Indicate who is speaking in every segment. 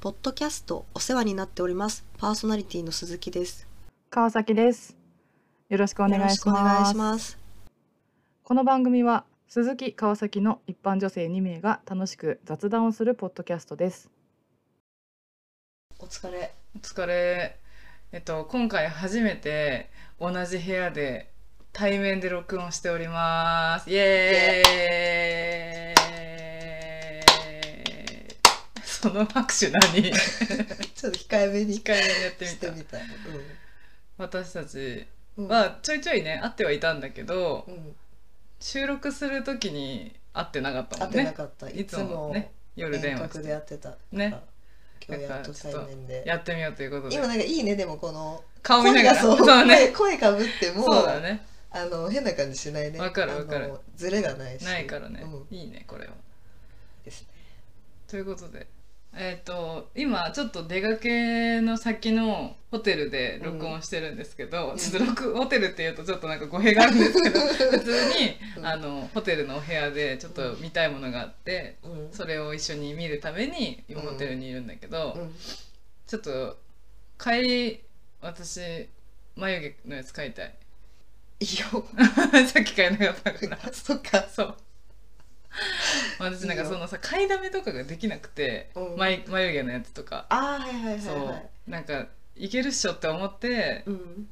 Speaker 1: ポッドキャストお世話になっております。パーソナリティの鈴木です。
Speaker 2: 川崎です。よろしくお願いし
Speaker 1: よ
Speaker 2: ます。
Speaker 1: ろしくお願いします。
Speaker 2: この番組は鈴木川崎の一般女性2名が楽しく雑談をするポッドキャストです。
Speaker 1: お疲れ。
Speaker 3: お疲れ。えっと、今回初めて同じ部屋で対面で録音しております。イエーイその拍手何 控
Speaker 1: ちょっと控えめに
Speaker 3: えめにやってみ
Speaker 1: して
Speaker 3: た
Speaker 1: み。た。
Speaker 3: 私たち
Speaker 1: うん。うん、
Speaker 3: はちょいちょいね、会ってはいたんだけど
Speaker 1: う、ん、
Speaker 3: 収録する時に会ってなかった
Speaker 1: 会
Speaker 3: も
Speaker 1: っ
Speaker 3: ん
Speaker 1: てな
Speaker 3: ね。
Speaker 1: かった。い
Speaker 3: い
Speaker 1: つ
Speaker 3: つ
Speaker 1: も
Speaker 3: もね、夜
Speaker 1: 遠
Speaker 3: 電話
Speaker 1: 隔
Speaker 3: し
Speaker 1: でや
Speaker 3: て
Speaker 1: ってた。
Speaker 3: ね。
Speaker 1: 今日やっと対面で。
Speaker 3: やってみようということで
Speaker 1: 今。なんかいいねでもこの
Speaker 3: 顔見
Speaker 1: 声が
Speaker 3: ながら。
Speaker 1: そう
Speaker 3: そうね。
Speaker 1: 声声かぶっても
Speaker 3: そうだね。
Speaker 1: あの変な感じしないね。
Speaker 3: わかるわかる
Speaker 1: あの。ズレがないし。
Speaker 3: ないからね
Speaker 1: うん。
Speaker 3: いいね、これは。
Speaker 1: ですね。
Speaker 3: ということで、えっと今ちょっと出かけの先のホテルで録音してるんですけど、
Speaker 1: うん
Speaker 3: ちょっと録ホテルっていうとちょっとなんか語弊があるんですけ ど普通に、
Speaker 1: うん
Speaker 3: あのホテルのお部屋でちょっと見たいものがあって、
Speaker 1: うん。
Speaker 3: それを一緒に見るために今
Speaker 1: うん
Speaker 3: ホテルにいるんだけど、
Speaker 1: うん
Speaker 3: ちょっと帰り私眉毛のやつ描いたい
Speaker 1: いいよ。
Speaker 3: さっき描いなかったから
Speaker 1: そっか。
Speaker 3: そう私なんかそのさ買いだめとかができなくて、
Speaker 1: うん
Speaker 3: 眉眉毛のやつとか
Speaker 1: ああはいはいはい
Speaker 3: そう、
Speaker 1: はい。
Speaker 3: なんかいけるっしょって思って
Speaker 1: うん。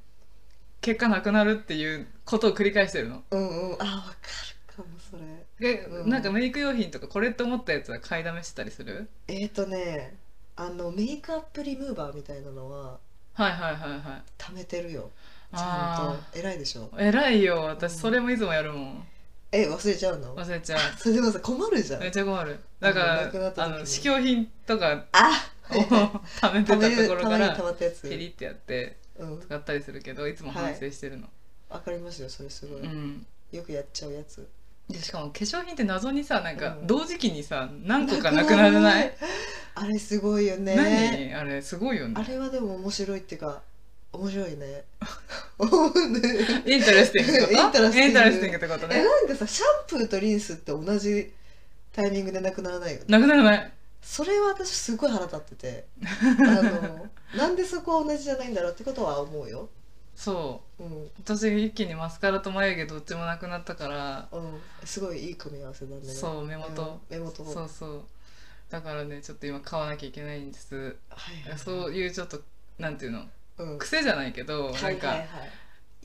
Speaker 3: 結果なくなるっていうことを繰り返してるの
Speaker 1: うんうん。あーわかるかもそれ。
Speaker 3: で、
Speaker 1: うん
Speaker 3: なんかメイク用品とかこれって思ったやつは買いだめしてたりする
Speaker 1: えっ、ー、とね、あのメイクアップリムーバーみたいなのは
Speaker 3: はいはいはいはい
Speaker 1: 貯めてるよ。ちゃ
Speaker 3: あ
Speaker 1: んと偉いでしょ。
Speaker 3: ー偉いよ
Speaker 1: う
Speaker 3: 私
Speaker 1: ん
Speaker 3: それもいつもやるもん
Speaker 1: え忘れちゃうの？
Speaker 3: 忘れちゃう
Speaker 1: それでもさ困るじゃん
Speaker 3: めっ。ちゃ困るだか
Speaker 1: あのなくなっ
Speaker 3: ら
Speaker 1: た
Speaker 3: あ
Speaker 1: 時に
Speaker 3: の試供品とか
Speaker 1: あ、
Speaker 3: を貯めて
Speaker 1: 貯め
Speaker 3: た
Speaker 1: る
Speaker 3: ところ
Speaker 1: たま
Speaker 3: か
Speaker 1: に溜
Speaker 3: ら
Speaker 1: まったやつ
Speaker 3: ピ。リってやって
Speaker 1: うん。
Speaker 3: 使ったりするけどいつも反省してるの、
Speaker 1: わかりますよそれすごい、
Speaker 3: うん
Speaker 1: よくやっちゃうやつ。
Speaker 3: でしかも化粧品って謎にさなんか
Speaker 1: うん
Speaker 3: 同時期にさ何個かなくならない
Speaker 1: あれすごいよね。
Speaker 3: 何あれすごいよ
Speaker 1: あ
Speaker 3: ね
Speaker 1: れはでも面白いっていうか面白い ね。
Speaker 3: インタレスティングってこ
Speaker 1: イ
Speaker 3: と
Speaker 1: ンタレスティング
Speaker 3: インタレスティングってこと
Speaker 1: え
Speaker 3: ね
Speaker 1: なんかさシャンプーとリンスって同じタイミングでなくならないよね。
Speaker 3: なくならない
Speaker 1: それは私すごい腹立っててあのなんでそこは同じじゃないんだろうってことは思うよ
Speaker 3: そ
Speaker 1: うん、
Speaker 3: う私一気にマスカラと眉毛どっちもなくなったから
Speaker 1: うん、すごいいい組み合わせだね
Speaker 3: そう目
Speaker 1: 目
Speaker 3: 元
Speaker 1: 目元
Speaker 3: そうそうだからねちょっと今買わなきゃいけないんです
Speaker 1: はいはい
Speaker 3: そういうちょっとなんていうの
Speaker 1: うん、
Speaker 3: 癖じゃないけど
Speaker 1: は
Speaker 3: ないん
Speaker 1: はいは
Speaker 3: か
Speaker 1: い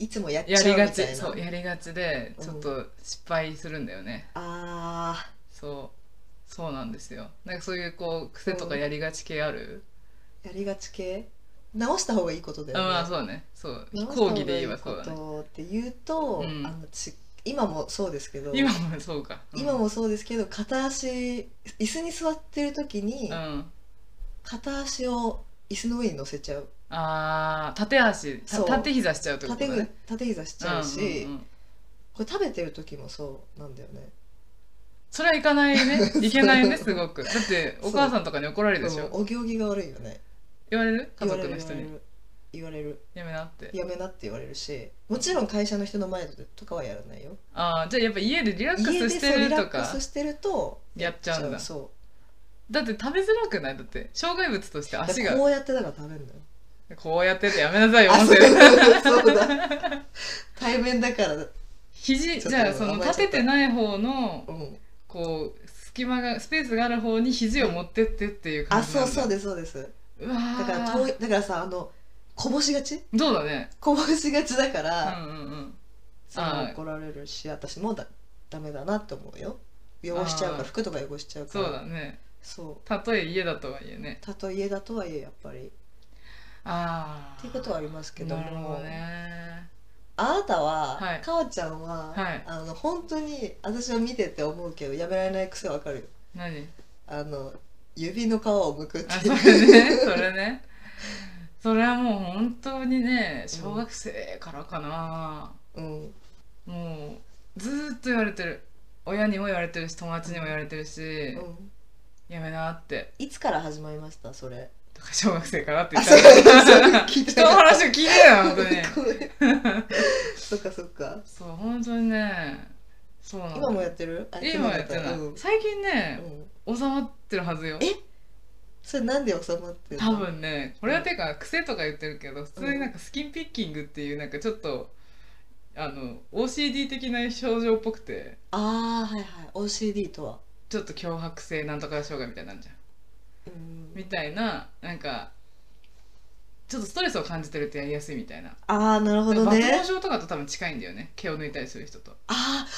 Speaker 1: いつもやっち
Speaker 3: や
Speaker 1: ゃうみ
Speaker 3: り
Speaker 1: たい
Speaker 3: が
Speaker 1: な
Speaker 3: ちそうやりがちでちょっと失敗するんだよね
Speaker 1: あ
Speaker 3: そうそうなんですよなんかそういうこう癖とかやりがち系ある
Speaker 1: ーやりがち系直した方がいいことだ
Speaker 3: あ
Speaker 1: よね
Speaker 3: まあそうだねそう
Speaker 1: 直した方
Speaker 3: 講
Speaker 1: がい
Speaker 3: 義
Speaker 1: い
Speaker 3: で言えばそうだね
Speaker 1: ことって言うと、
Speaker 3: うん
Speaker 1: あのち今もそうですけど
Speaker 3: 今もそうか、うん
Speaker 1: 今もそうですけど片足椅子に座ってる時に、
Speaker 3: うん
Speaker 1: 片足を椅子の上に乗せちゃう
Speaker 3: あー縦足た
Speaker 1: そう
Speaker 3: 縦膝しちゃうってこと
Speaker 1: 縦
Speaker 3: だ
Speaker 1: ぐ
Speaker 3: ね
Speaker 1: 縦膝しちゃうし、
Speaker 3: うんうんうん
Speaker 1: これ食べてる時もそうなんだよね
Speaker 3: それはいかな いねいけないねすごくだって
Speaker 1: そう
Speaker 3: お母さんとかに怒られるでし
Speaker 1: うん
Speaker 3: ょ
Speaker 1: お行儀が悪いよね
Speaker 3: 言われる家族の人に
Speaker 1: 言われる言われる
Speaker 3: やめなって
Speaker 1: やめなって言われるしもちろん会社の人の前でとかはやらないよ
Speaker 3: あーじゃあやっぱ家でリラック
Speaker 1: 家
Speaker 3: ス
Speaker 1: で
Speaker 3: し
Speaker 1: そ
Speaker 3: て
Speaker 1: うリ
Speaker 3: る
Speaker 1: ラ
Speaker 3: と
Speaker 1: ック
Speaker 3: か
Speaker 1: スしてると
Speaker 3: やっちゃうんだ
Speaker 1: そ
Speaker 3: だって食べづらくないだって障害物として
Speaker 1: う
Speaker 3: 足
Speaker 1: だ
Speaker 3: が
Speaker 1: からこうやってだから食べるのよ
Speaker 3: こうやっててやめなさいよ
Speaker 1: あ
Speaker 3: 音
Speaker 1: そうそ
Speaker 3: 声
Speaker 1: うだ対面だからちょ
Speaker 3: 肘
Speaker 1: っと
Speaker 3: じゃあその
Speaker 1: 甘えちゃった
Speaker 3: 立ててない方の
Speaker 1: うん
Speaker 3: こう隙間がスペースがある方に肘を持ってってっていう
Speaker 1: あ
Speaker 3: 感じ
Speaker 1: そ
Speaker 3: な
Speaker 1: うん
Speaker 3: だ
Speaker 1: そうですそうです
Speaker 3: うわ
Speaker 1: だ
Speaker 3: ー
Speaker 1: から遠いだからさあのこぼしがち
Speaker 3: そうだね
Speaker 1: こぼしがちだか
Speaker 3: う
Speaker 1: ら、
Speaker 3: んうんうん
Speaker 1: その
Speaker 3: あー
Speaker 1: 怒られるし私もだダメだなって思うよ汚しちゃうから
Speaker 3: あー
Speaker 1: 服とか汚しちゃうか
Speaker 3: そう
Speaker 1: ら
Speaker 3: だね
Speaker 1: そう
Speaker 3: たとえ家だとはいえね
Speaker 1: たとえ家だとはいえやっぱり
Speaker 3: ああ
Speaker 1: っていうことはありますけども
Speaker 3: なるほどね
Speaker 1: あなたは、
Speaker 3: はい
Speaker 1: かおちゃんは、
Speaker 3: はい
Speaker 1: あの本当に私は見てて思うけどやめられない癖わかるよ
Speaker 3: 何
Speaker 1: あの指の皮を剥くって
Speaker 3: あ
Speaker 1: い
Speaker 3: そうれねそれねそれはもう本当にね小学生からかな、
Speaker 1: うん
Speaker 3: もうずーっと言われてる親にも言われてるし友達にも言われてるし、
Speaker 1: うん
Speaker 3: やめなって
Speaker 1: いつから始まりましたそれ
Speaker 3: だから小学生からって言っ
Speaker 1: あそう
Speaker 3: た
Speaker 1: そう
Speaker 3: ら
Speaker 1: 聞いて
Speaker 3: 人
Speaker 1: な
Speaker 3: の
Speaker 1: かっ
Speaker 3: 話を聞いてない本当に
Speaker 1: ごめんそっかそっか
Speaker 3: そう本当にねそうなの
Speaker 1: 今もやってるあ
Speaker 3: 今やってない、
Speaker 1: うん
Speaker 3: 最近ね
Speaker 1: う、ん
Speaker 3: 収まってるはずよ
Speaker 1: えそれなんで収まってる
Speaker 3: 多
Speaker 1: の
Speaker 3: 分ねこれはてか癖とか言ってるけど普通になんかスキンピッキングっていうなんかちょっとあの OCD 的な症状っぽくて
Speaker 1: ああはいはい OCD とは
Speaker 3: ちょっと脅迫性なんとか障害みたいなんじゃん
Speaker 1: うん
Speaker 3: みたいななんかちょっとストレスを感じてるとやりやすいみたいな
Speaker 1: ああなるほど
Speaker 3: 馬頭
Speaker 1: ね
Speaker 3: 症とかと多分近いんだよね毛を抜いたりする人と
Speaker 1: ああ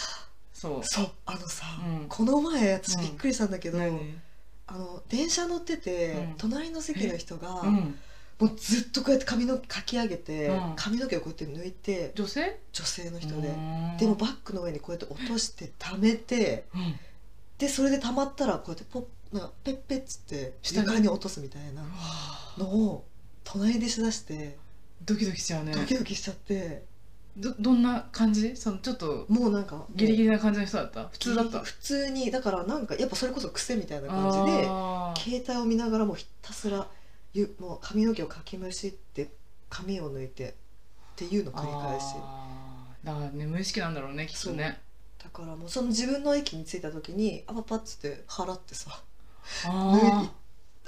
Speaker 3: そう
Speaker 1: そうあのさ、
Speaker 3: うん
Speaker 1: この前私
Speaker 3: うん
Speaker 1: びっくりしたんだけど、
Speaker 3: 何
Speaker 1: あの電車乗ってて、
Speaker 3: うん
Speaker 1: 隣の席の人が、
Speaker 3: うん
Speaker 1: もうずっとこうやって髪の毛かき上げて、
Speaker 3: うん
Speaker 1: 髪の毛をこうやって抜いて
Speaker 3: 女性
Speaker 1: 女性の人で、
Speaker 3: うーん
Speaker 1: でもバッグの上にこうやって落として溜めて
Speaker 3: うん
Speaker 1: でそれで溜まったらこうやってポッなペッペッつって
Speaker 3: 下に
Speaker 1: 床に落とすみたいなのを隣でしだして
Speaker 3: ドキドキしちゃうね
Speaker 1: ドキドキしちゃって、
Speaker 3: どどんな感じそのちょっと
Speaker 1: もうなんか
Speaker 3: ギリギ
Speaker 1: リ
Speaker 3: リな感じの人だった普通だった
Speaker 1: 普通にだからなんかやっぱそれこそ癖みたいな感じで
Speaker 3: あー
Speaker 1: 携帯を見ながらもうひたすらゆもう髪の毛をかきむしって髪を抜いてっていうのを繰り返し
Speaker 3: あーだからね無意識なんだろうねきっとね
Speaker 1: だからもうその自分の駅に着いた時にあパパッつって払ってさ脱い
Speaker 3: あ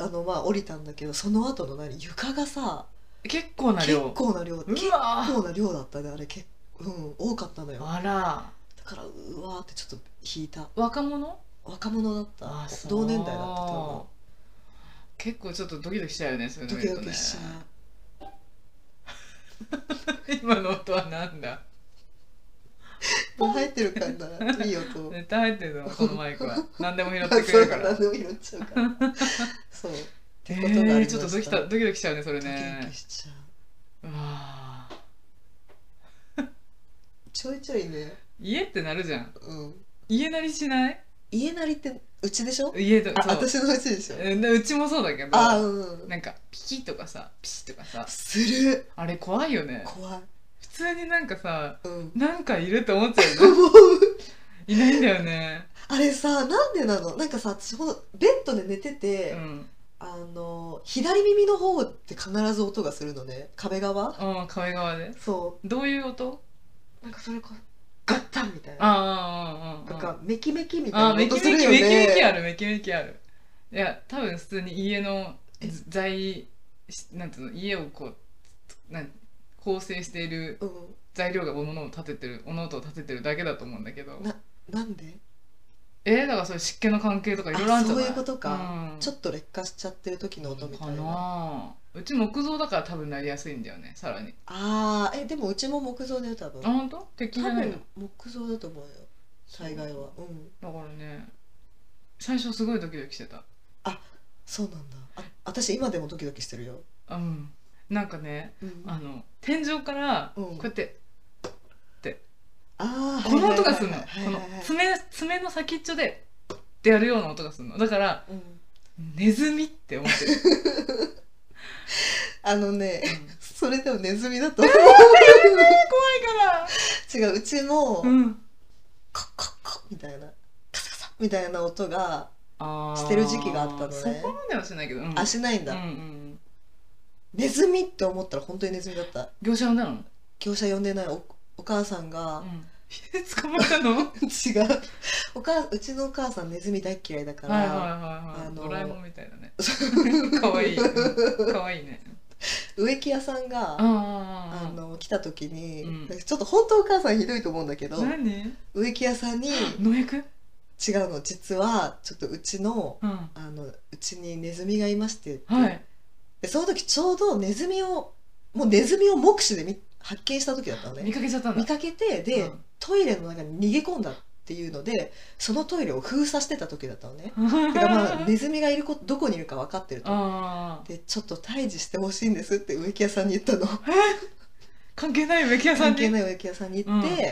Speaker 1: あのまあ降りたんだけどその後の何床がさ
Speaker 3: ー結構な
Speaker 1: 結
Speaker 3: 量
Speaker 1: 構な量結
Speaker 3: うわー
Speaker 1: 構な量だったねあれ結構、うん、多かったのよ
Speaker 3: あら
Speaker 1: だからうわーってちょっと引いた
Speaker 3: 若者
Speaker 1: 若者だっ
Speaker 3: あ
Speaker 1: た
Speaker 3: そう
Speaker 1: 同年代だった多
Speaker 3: 結構ちょっとドキドキしちゃうよねそういう
Speaker 1: 分ド
Speaker 3: の見
Speaker 1: キ
Speaker 3: る
Speaker 1: ド
Speaker 3: と
Speaker 1: キ
Speaker 3: ね
Speaker 1: しちゃう
Speaker 3: 今の音はなんだ
Speaker 1: もう入ってるかないい音
Speaker 3: 絶対入ってるぞこのマイ クは何でも拾ってく
Speaker 1: そ
Speaker 3: れ
Speaker 1: う
Speaker 3: るから
Speaker 1: 何でも拾っちゃうから そうって
Speaker 3: え
Speaker 1: ことがありま
Speaker 3: ー、
Speaker 1: した
Speaker 3: ちょっとドキたドキドキしちゃうねそれ
Speaker 1: ドキド
Speaker 3: ね
Speaker 1: キしちゃう
Speaker 3: うわー
Speaker 1: ちょいちょいね、
Speaker 3: 家ってなるじゃん
Speaker 1: うん、
Speaker 3: 家なりしない
Speaker 1: 家なりってうちでしょ
Speaker 3: 家と
Speaker 1: あ
Speaker 3: そう
Speaker 1: 私のうちでしょ
Speaker 3: うんでうちもそうだけど
Speaker 1: あうん
Speaker 3: なんかピキとかさピシとかさ
Speaker 1: する
Speaker 3: あれ怖いよね
Speaker 1: 怖い
Speaker 3: 普通になんかさ
Speaker 1: うん
Speaker 3: なんかいるって思っちゃうよね
Speaker 1: 思う
Speaker 3: いないんだよね
Speaker 1: あれさなんでなのなんかさ私ほんとベッドで寝てて、
Speaker 3: うん
Speaker 1: あの左耳の方って必ず音がするのね壁側
Speaker 3: うん壁側で
Speaker 1: そ
Speaker 3: どういう音
Speaker 1: うなんかそれこうガッタンみたいな
Speaker 3: あー
Speaker 1: な
Speaker 3: あーあー
Speaker 1: ん
Speaker 3: あー
Speaker 1: かメキメキみた
Speaker 3: あ
Speaker 1: い
Speaker 3: ー
Speaker 1: な
Speaker 3: メ
Speaker 1: 音
Speaker 3: キ
Speaker 1: す
Speaker 3: メ
Speaker 1: る
Speaker 3: キ
Speaker 1: よ
Speaker 3: メキメキあ
Speaker 1: ね
Speaker 3: るメキメキあるいや多分普通に家の材しなんていうの家をこうなん構成している
Speaker 1: うん
Speaker 3: 材料が物を立ててる物音を立ててるだけだと思うんだけど
Speaker 1: ななんで
Speaker 3: えー、だからそれ湿気の関係とかいろいろあるんじゃない
Speaker 1: あそういうことか
Speaker 3: うん
Speaker 1: ちょっと劣化しちゃってる時の音みたい
Speaker 3: かな
Speaker 1: な
Speaker 3: あうち木造だから多分なりやすいんだよねさらに
Speaker 1: あーえでもうちも木造だよ多分
Speaker 3: あ本当敵じ
Speaker 1: 多
Speaker 3: ゃないの
Speaker 1: 分木造だと思うよ災害はうん
Speaker 3: だからね最初すごいドキドキしてた
Speaker 1: そうなんだあ私今でもドキドキしてるよ
Speaker 3: うんなんかね
Speaker 1: うん
Speaker 3: あの天井から
Speaker 1: うん
Speaker 3: こうやって、
Speaker 1: あー
Speaker 3: この音がするの
Speaker 1: はいはい
Speaker 3: こ
Speaker 1: はいは
Speaker 3: の
Speaker 1: いはい
Speaker 3: 爪爪の先っちょでってやるような音がするのだから
Speaker 1: うん
Speaker 3: ネズミって 思ってる、
Speaker 1: あのね
Speaker 3: うん
Speaker 1: それでもネズミだと思 う違ううちも
Speaker 3: うんうん
Speaker 1: コッコッコッみたいなカサカサみたいな音が
Speaker 3: あー
Speaker 1: してる時期があったのね
Speaker 3: そこまではしないけど、うん
Speaker 1: あしないん
Speaker 3: うんう
Speaker 1: だ
Speaker 3: ん
Speaker 1: ネズミって思ったら本当にネズミだった
Speaker 3: 業者呼んだの、
Speaker 1: 業者呼んでないおお母さんが
Speaker 3: うん、 捕まったのはい
Speaker 1: 違うお母うちのお母さんネズミ大っ嫌いだから、
Speaker 3: はいはいはい、
Speaker 1: あの
Speaker 3: ドラえもんみたいだ ねかわいいうんかわいいね
Speaker 1: 植木屋さんがあ
Speaker 3: あー
Speaker 1: の来た時に、
Speaker 3: うん
Speaker 1: ちょっと本当お母さんひどいと思うんだけど
Speaker 3: 何
Speaker 1: 植木屋さんに違
Speaker 3: 農薬
Speaker 1: うの実はちょっとうちの
Speaker 3: うん
Speaker 1: あのうちにネズミがいましてって、
Speaker 3: はい
Speaker 1: でその時ちょうどネズミをもうネズミを目視で見発見した時だったの
Speaker 3: 見
Speaker 1: ね
Speaker 3: かけちゃったんだ
Speaker 1: 見かけてで、
Speaker 3: うん
Speaker 1: トイレの中に逃げ込んだっていうのでそのトイレを封鎖してた時だったの ねてかまあネズミがいるこどこにいるか分かってると
Speaker 3: あー
Speaker 1: でちょっと退治してほしいんですって植木屋さんに言った の
Speaker 3: 関係ない植木屋さん
Speaker 1: 関係
Speaker 3: に
Speaker 1: ない植木屋さんに行って、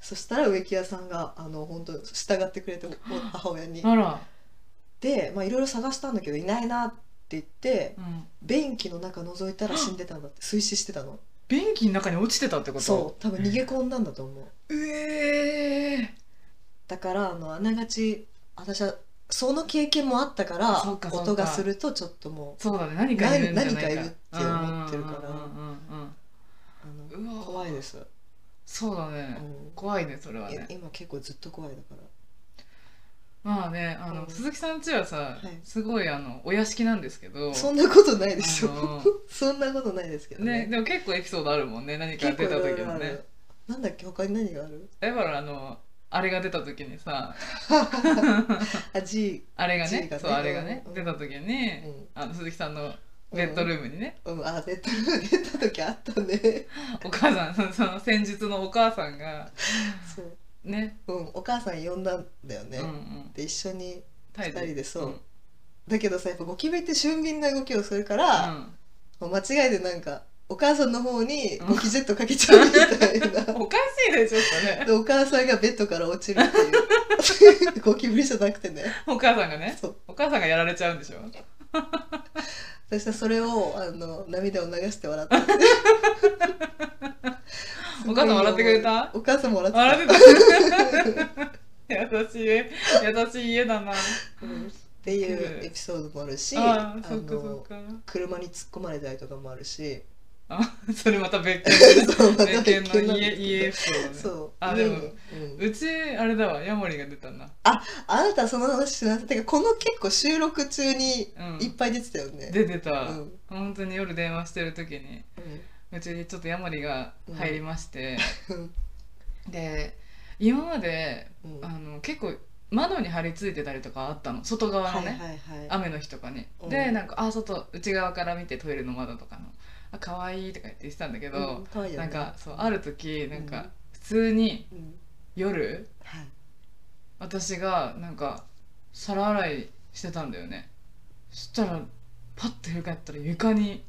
Speaker 3: う
Speaker 1: そしたら植木屋さんがあの本当従ってくれてお母親に
Speaker 3: あら、
Speaker 1: でまあいろいろ探したんだけどいないなって言って
Speaker 3: うん、
Speaker 1: 便器の中覗いたら死んでたんだって水死してたの
Speaker 3: 便器の中に落ちてたってこと
Speaker 1: そう多分逃げ込んだんだと思う
Speaker 3: うえー、
Speaker 1: だからあのあながち私はその経験もあったから
Speaker 3: そうかそうか
Speaker 1: 音がするとちょっとも
Speaker 3: そうだね何かいるんじゃな
Speaker 1: 何
Speaker 3: いか
Speaker 1: 何かいるって思ってるからう
Speaker 3: う
Speaker 1: あ
Speaker 3: んうんうんうんう
Speaker 1: の
Speaker 3: わ
Speaker 1: 怖いです、
Speaker 3: そうだね、
Speaker 1: うん
Speaker 3: 怖いねそれはね
Speaker 1: え今結構ずっと怖いだから
Speaker 3: まあねあの、
Speaker 1: うん
Speaker 3: 鈴木さん家はさ、
Speaker 1: い
Speaker 3: すごいあのお屋敷なんですけど
Speaker 1: そんなことないでしょ
Speaker 3: あの
Speaker 1: そんなことないですけど
Speaker 3: ね
Speaker 1: ね
Speaker 3: でも結構エピソードあるもんね何か
Speaker 1: 結構
Speaker 3: 出
Speaker 1: い
Speaker 3: た
Speaker 1: ろい
Speaker 3: 時
Speaker 1: ろ
Speaker 3: の
Speaker 1: あ
Speaker 3: ね
Speaker 1: るなんだっけ他に何がある
Speaker 3: だからあのあれが出た時 にさ
Speaker 1: あ G
Speaker 3: あれがね
Speaker 1: G がね
Speaker 3: そうあれがね、
Speaker 1: うん
Speaker 3: 出た時に、
Speaker 1: うん
Speaker 3: あの鈴木さんのベッドルームにね、
Speaker 1: うん、あベッドルーム出た時あったね
Speaker 3: お母さん そのその先日のお母さんが
Speaker 1: そう、
Speaker 3: ね
Speaker 1: うん、お母さん呼んだんだよね、
Speaker 3: うんうん
Speaker 1: で一緒に
Speaker 3: タイ
Speaker 1: 二人でそう、
Speaker 3: ん
Speaker 1: だけどさやっぱゴキブリって俊敏な動きをするか
Speaker 3: う
Speaker 1: ら、
Speaker 3: ん
Speaker 1: もう間違いでなんかお母さんの方に
Speaker 3: うん
Speaker 1: ゴキジェットかけちゃうみたい な、
Speaker 3: おかしいねちょっと ね
Speaker 1: でお母さんがベッドから落ちるって いう ゴキブリじゃなくてね
Speaker 3: お母さんがね
Speaker 1: そう
Speaker 3: お母さんがやられちゃうんでしょ
Speaker 1: 私はそれをあの涙を流して笑った
Speaker 3: お母さん笑ってくれた
Speaker 1: お母さんも笑って
Speaker 3: 笑ってた 優しい優しい家だな
Speaker 1: た、うんっていうエピソードもあるし
Speaker 3: ああ
Speaker 1: あ
Speaker 3: そっかそ
Speaker 1: の
Speaker 3: っか
Speaker 1: 車に突っ込まれたりとかもあるし
Speaker 3: あそれまた別 件
Speaker 1: そうまた
Speaker 3: 別件の
Speaker 1: 別件なん
Speaker 3: 家
Speaker 1: ですけど
Speaker 3: 家エピソードね
Speaker 1: そう
Speaker 3: あ
Speaker 1: 家
Speaker 3: で
Speaker 1: に
Speaker 3: も
Speaker 1: うん
Speaker 3: うちあれだわヤモリが出たな
Speaker 1: あなたその話しなさいてかこの結構収録中に
Speaker 3: うん
Speaker 1: いっぱい出てたよね、
Speaker 3: 出てた、
Speaker 1: うん
Speaker 3: 本当に夜電話してる時にうちにちょっとヤモリが入りまして、
Speaker 1: うん
Speaker 3: で今まで
Speaker 1: うん
Speaker 3: あの結構窓に張り付いてたりとかあったの外側の
Speaker 1: はい
Speaker 3: ね、
Speaker 1: はいはい
Speaker 3: 雨の日とかね、
Speaker 1: うん
Speaker 3: でなんかあ外内側から見てトイレの窓とかのあ可愛いとか言ってしてたんだけ
Speaker 1: うん
Speaker 3: ど、
Speaker 1: 可愛いよ
Speaker 3: な
Speaker 1: ね
Speaker 3: んかそうある時な
Speaker 1: う
Speaker 3: んか
Speaker 1: ん
Speaker 3: 普通に
Speaker 1: うん
Speaker 3: 夜
Speaker 1: はい
Speaker 3: 私がなんか皿洗いしてたんだよねそしたらパッと振り返ったら床に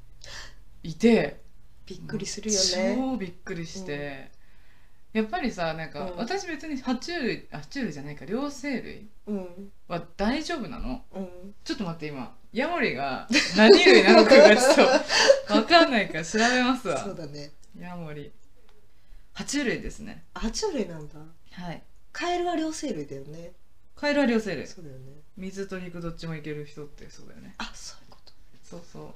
Speaker 3: いて
Speaker 1: びっくりするよね
Speaker 3: 超びっくりして、やっぱりさなんか、
Speaker 1: うん
Speaker 3: 私別に爬虫類あ爬虫類じゃないか両生類
Speaker 1: うん
Speaker 3: は大丈夫なの
Speaker 1: うん
Speaker 3: ちょっと待って今ヤモリが何類なのかがちょっ と分かんないから調べますわ
Speaker 1: そうだね
Speaker 3: ヤモリ爬虫類ですね
Speaker 1: あ爬虫類なんだ
Speaker 3: はい
Speaker 1: カエルは両生類だよね
Speaker 3: カエルは両生類
Speaker 1: そうだよね
Speaker 3: 水と肉どっちもいける人ってそうだよね
Speaker 1: あそういうこと
Speaker 3: そうそ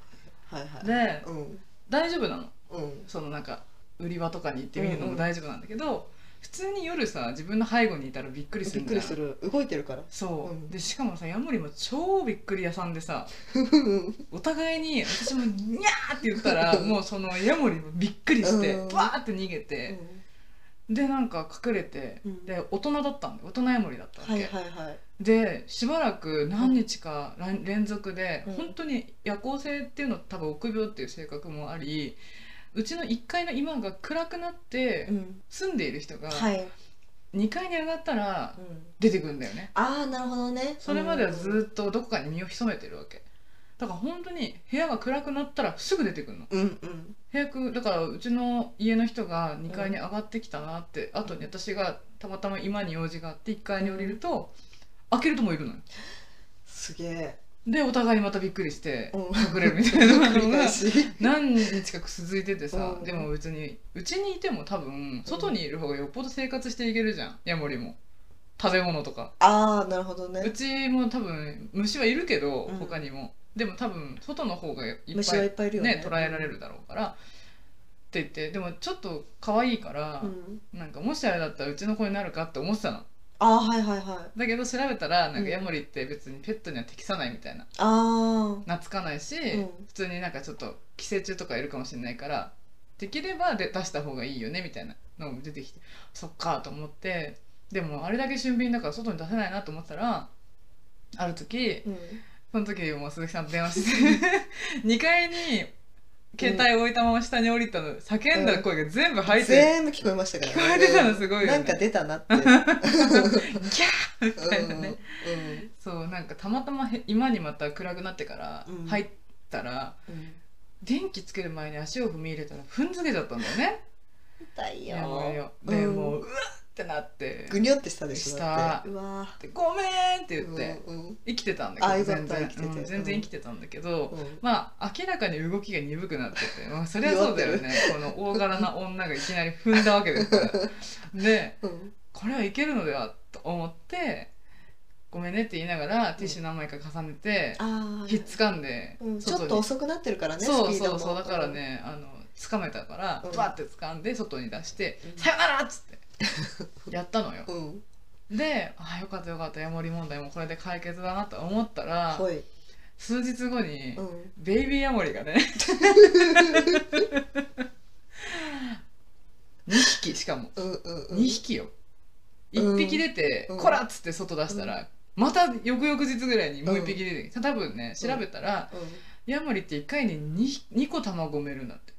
Speaker 1: はいは
Speaker 3: う
Speaker 1: い
Speaker 3: で
Speaker 1: うん
Speaker 3: 大丈夫なの
Speaker 1: うん
Speaker 3: そのなんか売り場とかに行ってみるの
Speaker 1: うんう
Speaker 3: も
Speaker 1: ん
Speaker 3: 大丈夫なんだけど、普通に夜さ自分の背後にいたらびっくりす
Speaker 1: び
Speaker 3: る
Speaker 1: っ
Speaker 3: んだ
Speaker 1: くりする動いてるから
Speaker 3: そう、
Speaker 1: うん
Speaker 3: でしかもさヤモリも超びっくり屋さんでさお互いに私も「にゃー!」って言っ たら
Speaker 1: うん
Speaker 3: もうそのヤモリもびっくりして
Speaker 1: うん
Speaker 3: バーって逃げてでなんか隠れて
Speaker 1: うん
Speaker 3: で大人だったんで大人ヤモリだったわ
Speaker 1: はい
Speaker 3: け
Speaker 1: はいはい
Speaker 3: でしばらく何日から連続で
Speaker 1: うん
Speaker 3: 本当に夜行性っていうの多分臆病っていう性格もありうちの1階の今が暗くなって
Speaker 1: うん
Speaker 3: 住んでいる人が
Speaker 1: はい
Speaker 3: 2階に上がったら
Speaker 1: うん
Speaker 3: 出てくんだよね
Speaker 1: ああなるほどね
Speaker 3: それまではずっとどこかに身を潜めてるわけだから本当に部屋が暗くなったらすぐ出てくるの
Speaker 1: うんうん
Speaker 3: 早くだからうちの家の人が2階に上がってきたなって、後に私がたまたま今に用事があって1階に降りると、開けるともういるのよ
Speaker 1: すげえ
Speaker 3: でお互いにまたびっくりして
Speaker 1: うん
Speaker 3: 隠れるみたいな
Speaker 1: 繰
Speaker 3: の
Speaker 1: り
Speaker 3: が
Speaker 1: 返 し
Speaker 3: 何日か続いててさ、
Speaker 1: うん
Speaker 3: でも別にうちにいても多分外にいる方がよっぽど生活していけるじゃんヤモリも食べ物とか
Speaker 1: ああなるほど
Speaker 3: う
Speaker 1: ね
Speaker 3: ちも多分虫はいるけど
Speaker 1: うん
Speaker 3: 他にも、でも多分外の方がいっぱい
Speaker 1: 虫はいっぱいいるよね
Speaker 3: ね捉えられるだろうからって言ってでもちょっと可愛いから
Speaker 1: う、ん
Speaker 3: なんかもしあれだったらうちの子になるかって思ってたの
Speaker 1: ああはいはいはい
Speaker 3: だけど調べたらなん
Speaker 1: うん
Speaker 3: かヤモリって別にペットには適さないみたいな
Speaker 1: あ
Speaker 3: 懐かないし、
Speaker 1: うん
Speaker 3: 普通になんかちょっと寄生虫とかいるかもしれないからできればで出した方がいいよねみたいなのも出てきてそっかと思ってでもあれだけ俊敏だから外に出せないなと思ってたらある時
Speaker 1: あ、うん、
Speaker 3: その時もう鈴木さんと電話して 2階に携帯を置いたまま下に降りたの叫んだ声が全部入ってる、
Speaker 1: 全部聞こえましたから、
Speaker 3: 聞こえてたのすごいよね
Speaker 1: なんか出たな って、
Speaker 3: ギャーみたいなね、
Speaker 1: う
Speaker 3: そうなんかたまたまへ今にまた暗くなってから
Speaker 1: うん
Speaker 3: 入ったら、
Speaker 1: んうん、
Speaker 3: 電気つける前に足を踏み入れたら踏んづけちゃったんだよね
Speaker 1: 痛い
Speaker 3: やばいよ
Speaker 1: よ、
Speaker 3: で、
Speaker 1: うん
Speaker 3: もううわっってなって
Speaker 1: ぐにょってしたでしょ
Speaker 3: した
Speaker 1: だってうわ
Speaker 3: でごめんって
Speaker 1: ー
Speaker 3: 言って、
Speaker 1: うんうん
Speaker 3: 生きてたんだ
Speaker 1: あ
Speaker 3: け
Speaker 1: よ
Speaker 3: ど
Speaker 1: かった生
Speaker 3: 全然
Speaker 1: きてて
Speaker 3: うん全然生きてたんだけど、
Speaker 1: うん
Speaker 3: まあ明らかに動きが鈍くなってて、まあ、そりゃそうだ よねこの大柄な女がいきなり踏んだわけですからで
Speaker 1: うん
Speaker 3: これはいけるのではと思って「ごめんね」って言いながらティッシュ何枚か重ねて、
Speaker 1: あ
Speaker 3: ひっ
Speaker 1: ー
Speaker 3: つかんで、
Speaker 1: うん、ちょ
Speaker 3: 外
Speaker 1: っ
Speaker 3: に
Speaker 1: と遅くなってるからね
Speaker 3: そう
Speaker 1: スピード
Speaker 3: そ
Speaker 1: も
Speaker 3: うそうだから、ねあの掴めたから
Speaker 1: うん
Speaker 3: バッて掴んで外に出して
Speaker 1: う
Speaker 3: 「
Speaker 1: ん
Speaker 3: さよなら!」っつってやったのよ
Speaker 1: うん、
Speaker 3: であよかったよかったヤモリ問題もこれで解決だなと思ったら
Speaker 1: はい、
Speaker 3: 数日後に、
Speaker 1: う ん、
Speaker 3: ベイビーヤモリがね 2匹しかも
Speaker 1: うんうんうん
Speaker 3: 2匹よ
Speaker 1: うん
Speaker 3: 1匹出て
Speaker 1: うん
Speaker 3: 「こら!」っつって外出したらまた翌々日ぐらいにもう1匹出てきて多分ね調べたら
Speaker 1: うん
Speaker 3: ヤモリって1回に 2, 2個卵産めるんだって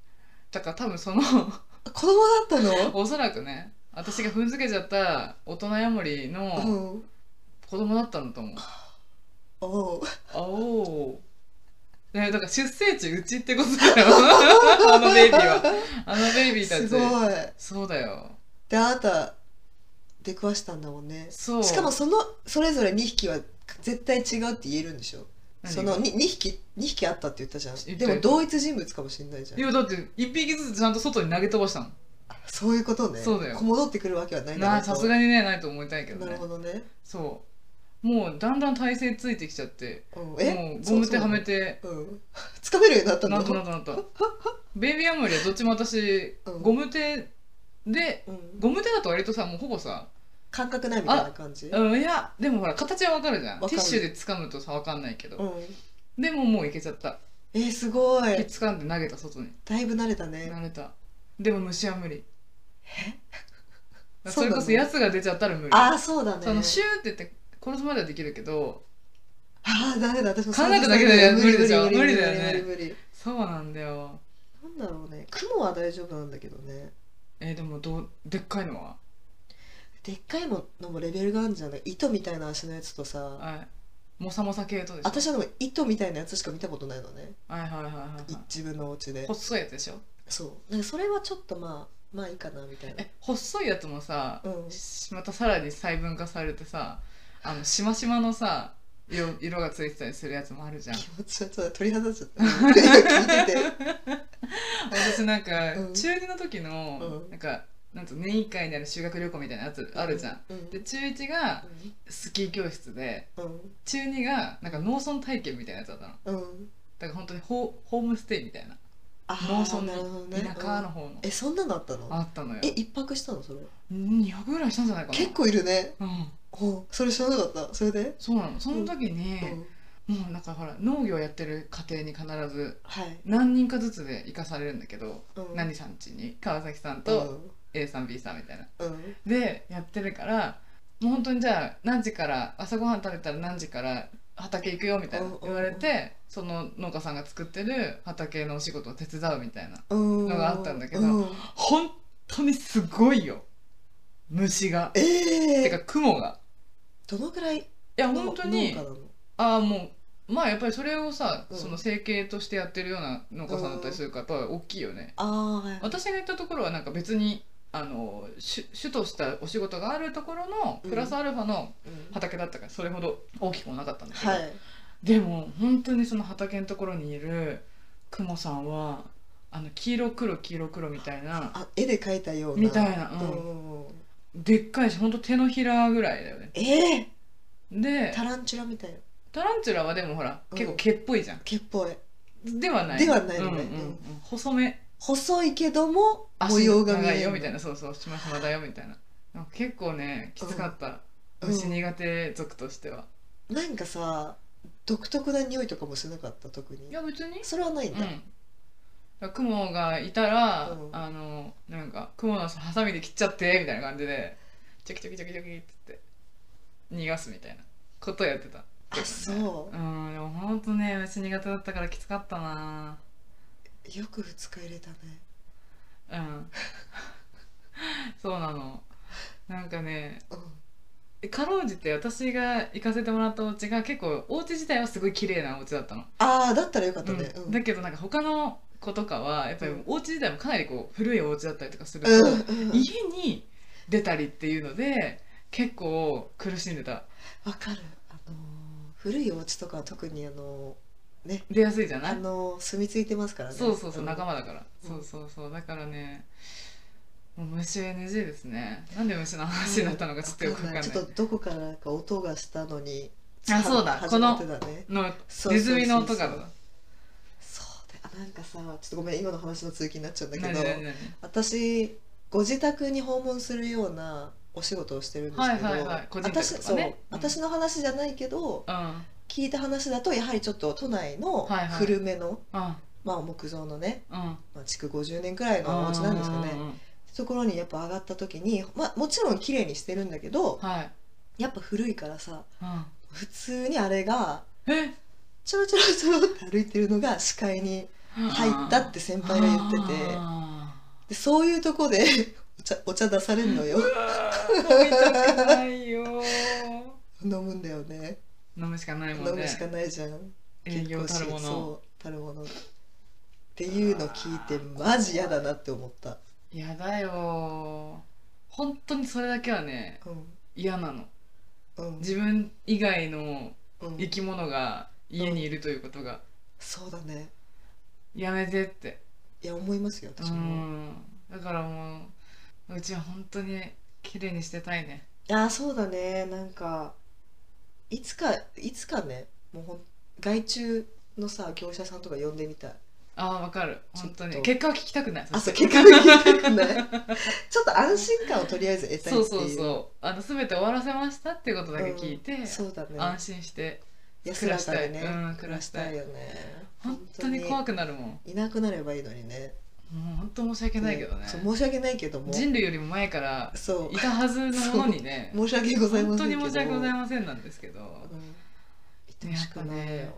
Speaker 3: だから多 分その
Speaker 1: あ子供だった
Speaker 3: おそらくね私が踏んづけちゃった大人ヤモリの
Speaker 1: のうん
Speaker 3: 子供だったんだと思う
Speaker 1: おう
Speaker 3: あおーねだから出生地うちってことだよ あのベイビーはあのベイビーた
Speaker 1: す
Speaker 3: ち
Speaker 1: ごい
Speaker 3: そうだよ
Speaker 1: であなた出くわしたんだもんね
Speaker 3: そう
Speaker 1: しかもそのそれぞれ2匹は絶対違うって言えるんでしょ
Speaker 3: 何
Speaker 1: そ
Speaker 3: が
Speaker 1: の 2, 二匹二匹あったって言ったじゃん
Speaker 3: 言った
Speaker 1: でも同一人物かもしれないじゃ
Speaker 3: い
Speaker 1: ん
Speaker 3: やだって一匹ずつちゃんと外に投げ飛ばしたの
Speaker 1: そういうことね
Speaker 3: そうだよ
Speaker 1: 戻ってくるわけはないだろ
Speaker 3: な
Speaker 1: うと
Speaker 3: さすがにねないと思いたいけど
Speaker 1: なる
Speaker 3: ね
Speaker 1: ほどね、
Speaker 3: そうもうだんだん体勢ついてきちゃって
Speaker 1: うん、
Speaker 3: も
Speaker 1: え
Speaker 3: うゴム手はめ
Speaker 1: て
Speaker 3: て
Speaker 1: うん掴めるようになったんだ
Speaker 3: なんとなくなったベイビーアムリはどっちも私
Speaker 1: うん
Speaker 3: ゴム手で
Speaker 1: うん
Speaker 3: ゴム手だと割とさもうほぼさ
Speaker 1: 感覚ないみたいな感じうん
Speaker 3: うんいやでもほら形はわかるじゃんテ
Speaker 1: わ
Speaker 3: ィ
Speaker 1: かる
Speaker 3: ッシュで掴むとさわかんないけどでももういけちゃった
Speaker 1: えーすごい
Speaker 3: 掴んで投げた外に
Speaker 1: だいぶ慣れたね
Speaker 3: 慣れたでも虫は無理
Speaker 1: え
Speaker 3: それこ
Speaker 1: そ
Speaker 3: そう
Speaker 1: なの
Speaker 3: やつが出ちゃったら無理
Speaker 1: ああそうだね
Speaker 3: そのシューって言って殺すまではできるけど
Speaker 1: ああダメだ私も
Speaker 3: 考えただけで無理でしょ
Speaker 1: 無理無理
Speaker 3: 無理だよね
Speaker 1: 無理無理無理
Speaker 3: そうなんだよ
Speaker 1: 無理なんだろうね雲は大丈夫なんだけどね
Speaker 3: えーでもどうでっかいのは
Speaker 1: でっかいものもレベルがあるんじゃない糸みたいな足のやつとさ
Speaker 3: はいモサモサ系とでしょ
Speaker 1: 私はでも糸みたいなやつしか見たことないのね
Speaker 3: はいはいはいはい
Speaker 1: い
Speaker 3: は
Speaker 1: 自分のお家
Speaker 3: い
Speaker 1: で
Speaker 3: 細いやつでしょ
Speaker 1: そうなんかそれはちょっとまあまあいいかなみたいな
Speaker 3: え細いやつもさ、
Speaker 1: うん
Speaker 3: しまたさらに細分化されてさあのしましまのさ色色がついてたりするやつもあるじゃん
Speaker 1: 気持ちはちょっと鳥肌立っちゃった 聞いてて
Speaker 3: 私なんか
Speaker 1: うん
Speaker 3: 中2の時の
Speaker 1: うん
Speaker 3: なんかなんと年1回になる修学旅行みたいなやつあるじゃん。
Speaker 1: うん
Speaker 3: で中1がスキー教室で
Speaker 1: うん
Speaker 3: 中2がなんか農村体験みたいなやつだったの。
Speaker 1: うん
Speaker 3: だから本当にホホームステイみたいな
Speaker 1: あー
Speaker 3: 農村
Speaker 1: なるほど
Speaker 3: の
Speaker 1: ね
Speaker 3: 田舎
Speaker 1: う
Speaker 3: の
Speaker 1: ん
Speaker 3: 方の
Speaker 1: えそんなのあった
Speaker 3: あ
Speaker 1: の
Speaker 3: ったのよ
Speaker 1: え。一泊したのそれ
Speaker 3: 200ぐらいしたんじゃないかな。
Speaker 1: 結構いるね
Speaker 3: うん
Speaker 1: おそれ知らなかったそれで
Speaker 3: そうなのその時に
Speaker 1: う、ん
Speaker 3: もうなんかほら農業やってる家庭に必ず
Speaker 1: はい
Speaker 3: 何人かずつで行かされるんだけど、
Speaker 1: うん
Speaker 3: 何さん家に川崎さんと A さん B さんみたいな
Speaker 1: うんうん
Speaker 3: でやってるからもう本当にじゃあ何時から朝ごはん食べたら何時から畑行くよみたいな
Speaker 1: うんうん
Speaker 3: 言われてその農家さんが作ってる畑のお仕事を手伝うみたいな
Speaker 1: の
Speaker 3: があったんだけど
Speaker 1: うん、
Speaker 3: 本当にすごいよ虫が
Speaker 1: え
Speaker 3: て
Speaker 1: え
Speaker 3: か雲が
Speaker 1: どのくらい
Speaker 3: いや
Speaker 1: の
Speaker 3: 本当
Speaker 1: 農家
Speaker 3: に
Speaker 1: なの
Speaker 3: ああもうまあやっぱりそれをさ、
Speaker 1: うん
Speaker 3: その整形としてやってるような農家さんだったりするからやっぱり大きいよね
Speaker 1: ああはい
Speaker 3: 私が行ったところはなんか別にあの主主としたお仕事があるところのプラスアルファの、
Speaker 1: うん
Speaker 3: 畑だったからそれほど大きくもなかったんだけど、
Speaker 1: はい
Speaker 3: でも本当にその畑のところにいるクモさんはあの黄色黒黄色黒みたいな
Speaker 1: あ絵で描いたような
Speaker 3: みたいな、うん
Speaker 1: うん
Speaker 3: でっかいし本当手のひらぐらいだよね
Speaker 1: ええ
Speaker 3: で
Speaker 1: タランチュラみたいな
Speaker 3: タランチュラはでもほら
Speaker 1: うん
Speaker 3: 結構毛っぽいじゃん、
Speaker 1: 毛っぽい
Speaker 3: ではない
Speaker 1: ではない
Speaker 3: うん
Speaker 1: の
Speaker 3: うんう
Speaker 1: ねう
Speaker 3: ん
Speaker 1: ん
Speaker 3: 細め
Speaker 1: 細いけども模
Speaker 3: 足
Speaker 1: 様が見
Speaker 3: 長
Speaker 1: え
Speaker 3: い
Speaker 1: る
Speaker 3: よみたいなそうそうしましまだよみたいななんか結構ねきつかった、
Speaker 1: うん
Speaker 3: 虫苦手族としては、
Speaker 1: なんかさ独特な匂いとかもしなかった特に
Speaker 3: いや別に
Speaker 1: それはないんだ、
Speaker 3: うん、雲がいたら、
Speaker 1: うん
Speaker 3: あのなんか雲のハサミで切っちゃってみたいな感じでチョキチョキチョキチョキって言って逃がすみたいなことをやってた
Speaker 1: あそう
Speaker 3: うんでもほんとね虫苦手だったからきつかったな
Speaker 1: よく2日入れたね
Speaker 3: うんそうなのなんかね
Speaker 1: う
Speaker 3: かろうじて私が行かせてもらったお家が結構お家自体はすごい綺麗なお家だったの
Speaker 1: んああだったらよかったね
Speaker 3: うん
Speaker 1: うん
Speaker 3: だけどなんか他の子とかはやっぱりお家自体もかなりこう古いお家だったりとかすると、
Speaker 1: うんうん
Speaker 3: 家に出たりっていうので結構苦しんでた
Speaker 1: わかるあのー古いお家とかは特にあのーね
Speaker 3: 出やすいじゃな
Speaker 1: あ
Speaker 3: い、
Speaker 1: のー住み着いてますからね
Speaker 3: そうそうそう、
Speaker 1: ん
Speaker 3: 仲間だから、
Speaker 1: うん
Speaker 3: そうそうそうだからねもう虫 NG ですねなんで虫の話になったのかちょっとよくわかんない、
Speaker 1: ちょっとどこからか音がしたのに
Speaker 3: あそうだ
Speaker 1: 始まってたね
Speaker 3: の
Speaker 1: そう
Speaker 3: ネズミの音
Speaker 1: そ
Speaker 3: が
Speaker 1: うそうそうだよあなんかさちょっとごめん今の話の続きになっちゃうんだけ
Speaker 3: 何
Speaker 1: ど
Speaker 3: 何何
Speaker 1: 私ご自宅に訪問するようなお仕事をしてるんです
Speaker 3: は
Speaker 1: け
Speaker 3: い
Speaker 1: ど、
Speaker 3: はいはい個人
Speaker 1: 私
Speaker 3: 宅
Speaker 1: そ
Speaker 3: とか
Speaker 1: う、
Speaker 3: ね
Speaker 1: 私の話じゃないけど
Speaker 3: うんうん
Speaker 1: 聞いた話だとやはりちょっと都内の
Speaker 3: はいはい
Speaker 1: 古めの、
Speaker 3: うん
Speaker 1: まあ、木造のね、
Speaker 3: うん
Speaker 1: まあ、築50年くらいのお家なんですかね
Speaker 3: うんうんうん
Speaker 1: ところにやっぱ上がった時に、まあ、もちろん綺麗にしてるんだけど
Speaker 3: はい
Speaker 1: やっぱ古いからさ
Speaker 3: う
Speaker 1: 普通にあれが
Speaker 3: んえ
Speaker 1: ちょろちょろちょろって歩いてるのが視界に入ったって先輩が言ってて
Speaker 3: あ
Speaker 1: でそういうとこでお茶お茶出されるのよ
Speaker 3: ー うわー飲みたくないよー
Speaker 1: 飲むんだよね
Speaker 3: 飲むしかないも
Speaker 1: 飲
Speaker 3: んね
Speaker 1: むしかないじゃん
Speaker 3: 営業たる
Speaker 1: 結
Speaker 3: も
Speaker 1: 構し
Speaker 3: の
Speaker 1: そうたるものっていうの聞いてマジ嫌だなって思った、
Speaker 3: やだよー本当にそれだけはね
Speaker 1: うん
Speaker 3: 嫌なの
Speaker 1: うん
Speaker 3: 自分以外の
Speaker 1: うん
Speaker 3: 生き物が家にいるということが
Speaker 1: そうだね
Speaker 3: やめてって
Speaker 1: いや思いますよ私
Speaker 3: う
Speaker 1: も、
Speaker 3: んだからもううちは本当に綺麗にしてたいね
Speaker 1: いやそうだねなんかいつかいつかねもうほん外注のさ業者さんとか呼んでみたい
Speaker 3: ああわかる本当
Speaker 1: ちょ
Speaker 3: に
Speaker 1: っと
Speaker 3: 結果は聞きたくない
Speaker 1: あそう
Speaker 3: して
Speaker 1: 結果が聞きたく ないちょっと安心感をとりあえず得たいってい
Speaker 3: そううそうそうあの全て終わらせましたっていうことだけ聞いて、
Speaker 1: うんそうだね
Speaker 3: 安心して
Speaker 1: 安らかでね
Speaker 3: 暮らしたいうん暮らしたい
Speaker 1: よね
Speaker 3: 本当に怖
Speaker 1: く
Speaker 3: くなるもんも
Speaker 1: いなくなればいいのにね
Speaker 3: う本当申し訳ないけどね
Speaker 1: そう申し訳ないけども
Speaker 3: 人類よりも前から
Speaker 1: そ
Speaker 3: いたはずのものにね
Speaker 1: う申し訳ございま
Speaker 3: 本
Speaker 1: せ
Speaker 3: 当
Speaker 1: ん
Speaker 3: に
Speaker 1: けど
Speaker 3: 申し訳ございませんなんですけど
Speaker 1: うん言ってほしくないよ、
Speaker 3: やっぱね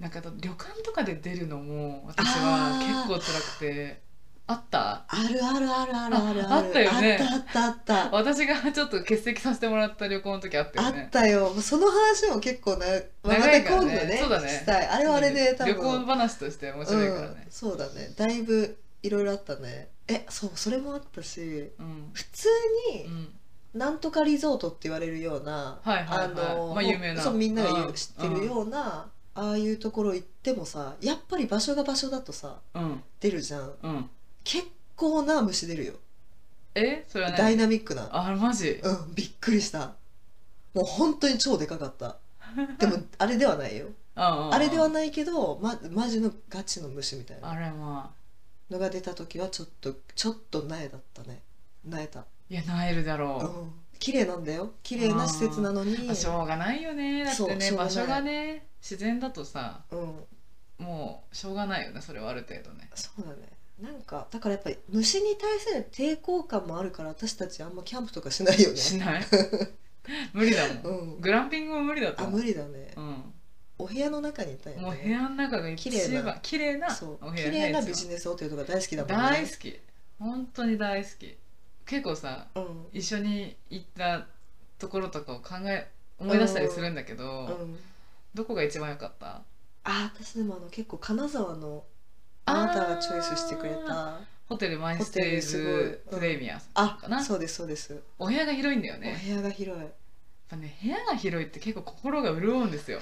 Speaker 3: なんかあと旅館とかで出るのも私は結構辛くてあった
Speaker 1: あるあるあるあるある
Speaker 3: ああったよね
Speaker 1: あったあったあった
Speaker 3: 私がちょっと欠席させてもらった旅行の時あった
Speaker 1: あ
Speaker 3: よ
Speaker 1: っ
Speaker 3: ね
Speaker 1: たよもうその話も結構な、まあま
Speaker 3: 長
Speaker 1: た
Speaker 3: いか
Speaker 1: 今
Speaker 3: ら
Speaker 1: 度
Speaker 3: ね
Speaker 1: ね
Speaker 3: そうだね
Speaker 1: したいあれはあれで多分
Speaker 3: 旅行話として面白いから
Speaker 1: う
Speaker 3: ね
Speaker 1: ん、そうだねだいぶいろいろあったねえそうそれもあったし
Speaker 3: うん、
Speaker 1: 普通
Speaker 3: う
Speaker 1: に
Speaker 3: ん、
Speaker 1: なんとかリゾートって言われるような、
Speaker 3: はいはいはい
Speaker 1: あの、
Speaker 3: まあ有名な
Speaker 1: そうみんなが言う
Speaker 3: うん
Speaker 1: 知ってるような、ああいうところ行ってもさやっぱり場所が場所だとさ
Speaker 3: うん、
Speaker 1: 出るじゃん
Speaker 3: うん、
Speaker 1: 結構な虫出るよ
Speaker 3: えそれは
Speaker 1: ダ
Speaker 3: ね
Speaker 1: イナミックな
Speaker 3: あマジ
Speaker 1: うんびっくりしたもう本当に超でかか ったでもあれではないよ
Speaker 3: あ
Speaker 1: あれではいないけど、ま、マジのガチの虫みたいな
Speaker 3: あれまあ
Speaker 1: のが出た時はちょっとちょっと苗だったね苗だ
Speaker 3: いやなえるだ
Speaker 1: う
Speaker 3: ろ
Speaker 1: ん綺麗なんだよ綺麗な施設なのに
Speaker 3: う、まあしょうがないよねだってね
Speaker 1: そう
Speaker 3: 場
Speaker 1: しょう
Speaker 3: 所
Speaker 1: が
Speaker 3: が
Speaker 1: な
Speaker 3: ね自然だとさ
Speaker 1: うん
Speaker 3: もうしょうがないよねそれはある程度ね
Speaker 1: そうだねなんかだからやっぱり虫に対する抵抗感もあるから私たちあんまキャンプとかしないよね
Speaker 3: しない 無理だも、
Speaker 1: うんん
Speaker 3: グランピングも無理だと
Speaker 1: あ
Speaker 3: 思う
Speaker 1: 無理だね
Speaker 3: う
Speaker 1: お部屋の中にいたよ
Speaker 3: ん、
Speaker 1: ね
Speaker 3: もう部屋の中が
Speaker 1: 綺
Speaker 3: 一
Speaker 1: 麗
Speaker 3: 番
Speaker 1: な
Speaker 3: 綺麗な
Speaker 1: そう
Speaker 3: お部
Speaker 1: 綺
Speaker 3: 屋
Speaker 1: 麗
Speaker 3: ね
Speaker 1: なビジネスホテルとか大好きだもんね
Speaker 3: 大好き本当に大好き結構さ
Speaker 1: うん
Speaker 3: 一緒に行ったところとかを考え思い出したりするんだけど、
Speaker 1: うん
Speaker 3: どこが一番良かった
Speaker 1: あ私でもあの結構金沢のあなたがチョイスしてくれた
Speaker 3: ホテルマイステイズ
Speaker 1: ホテルすごいうん
Speaker 3: プレミアさん
Speaker 1: あ
Speaker 3: かな、
Speaker 1: そうですそうです、
Speaker 3: お部屋が広いんだよ
Speaker 1: お
Speaker 3: ね
Speaker 1: 部屋が広い
Speaker 3: やっぱね部屋が広いって結構心が潤うんですよ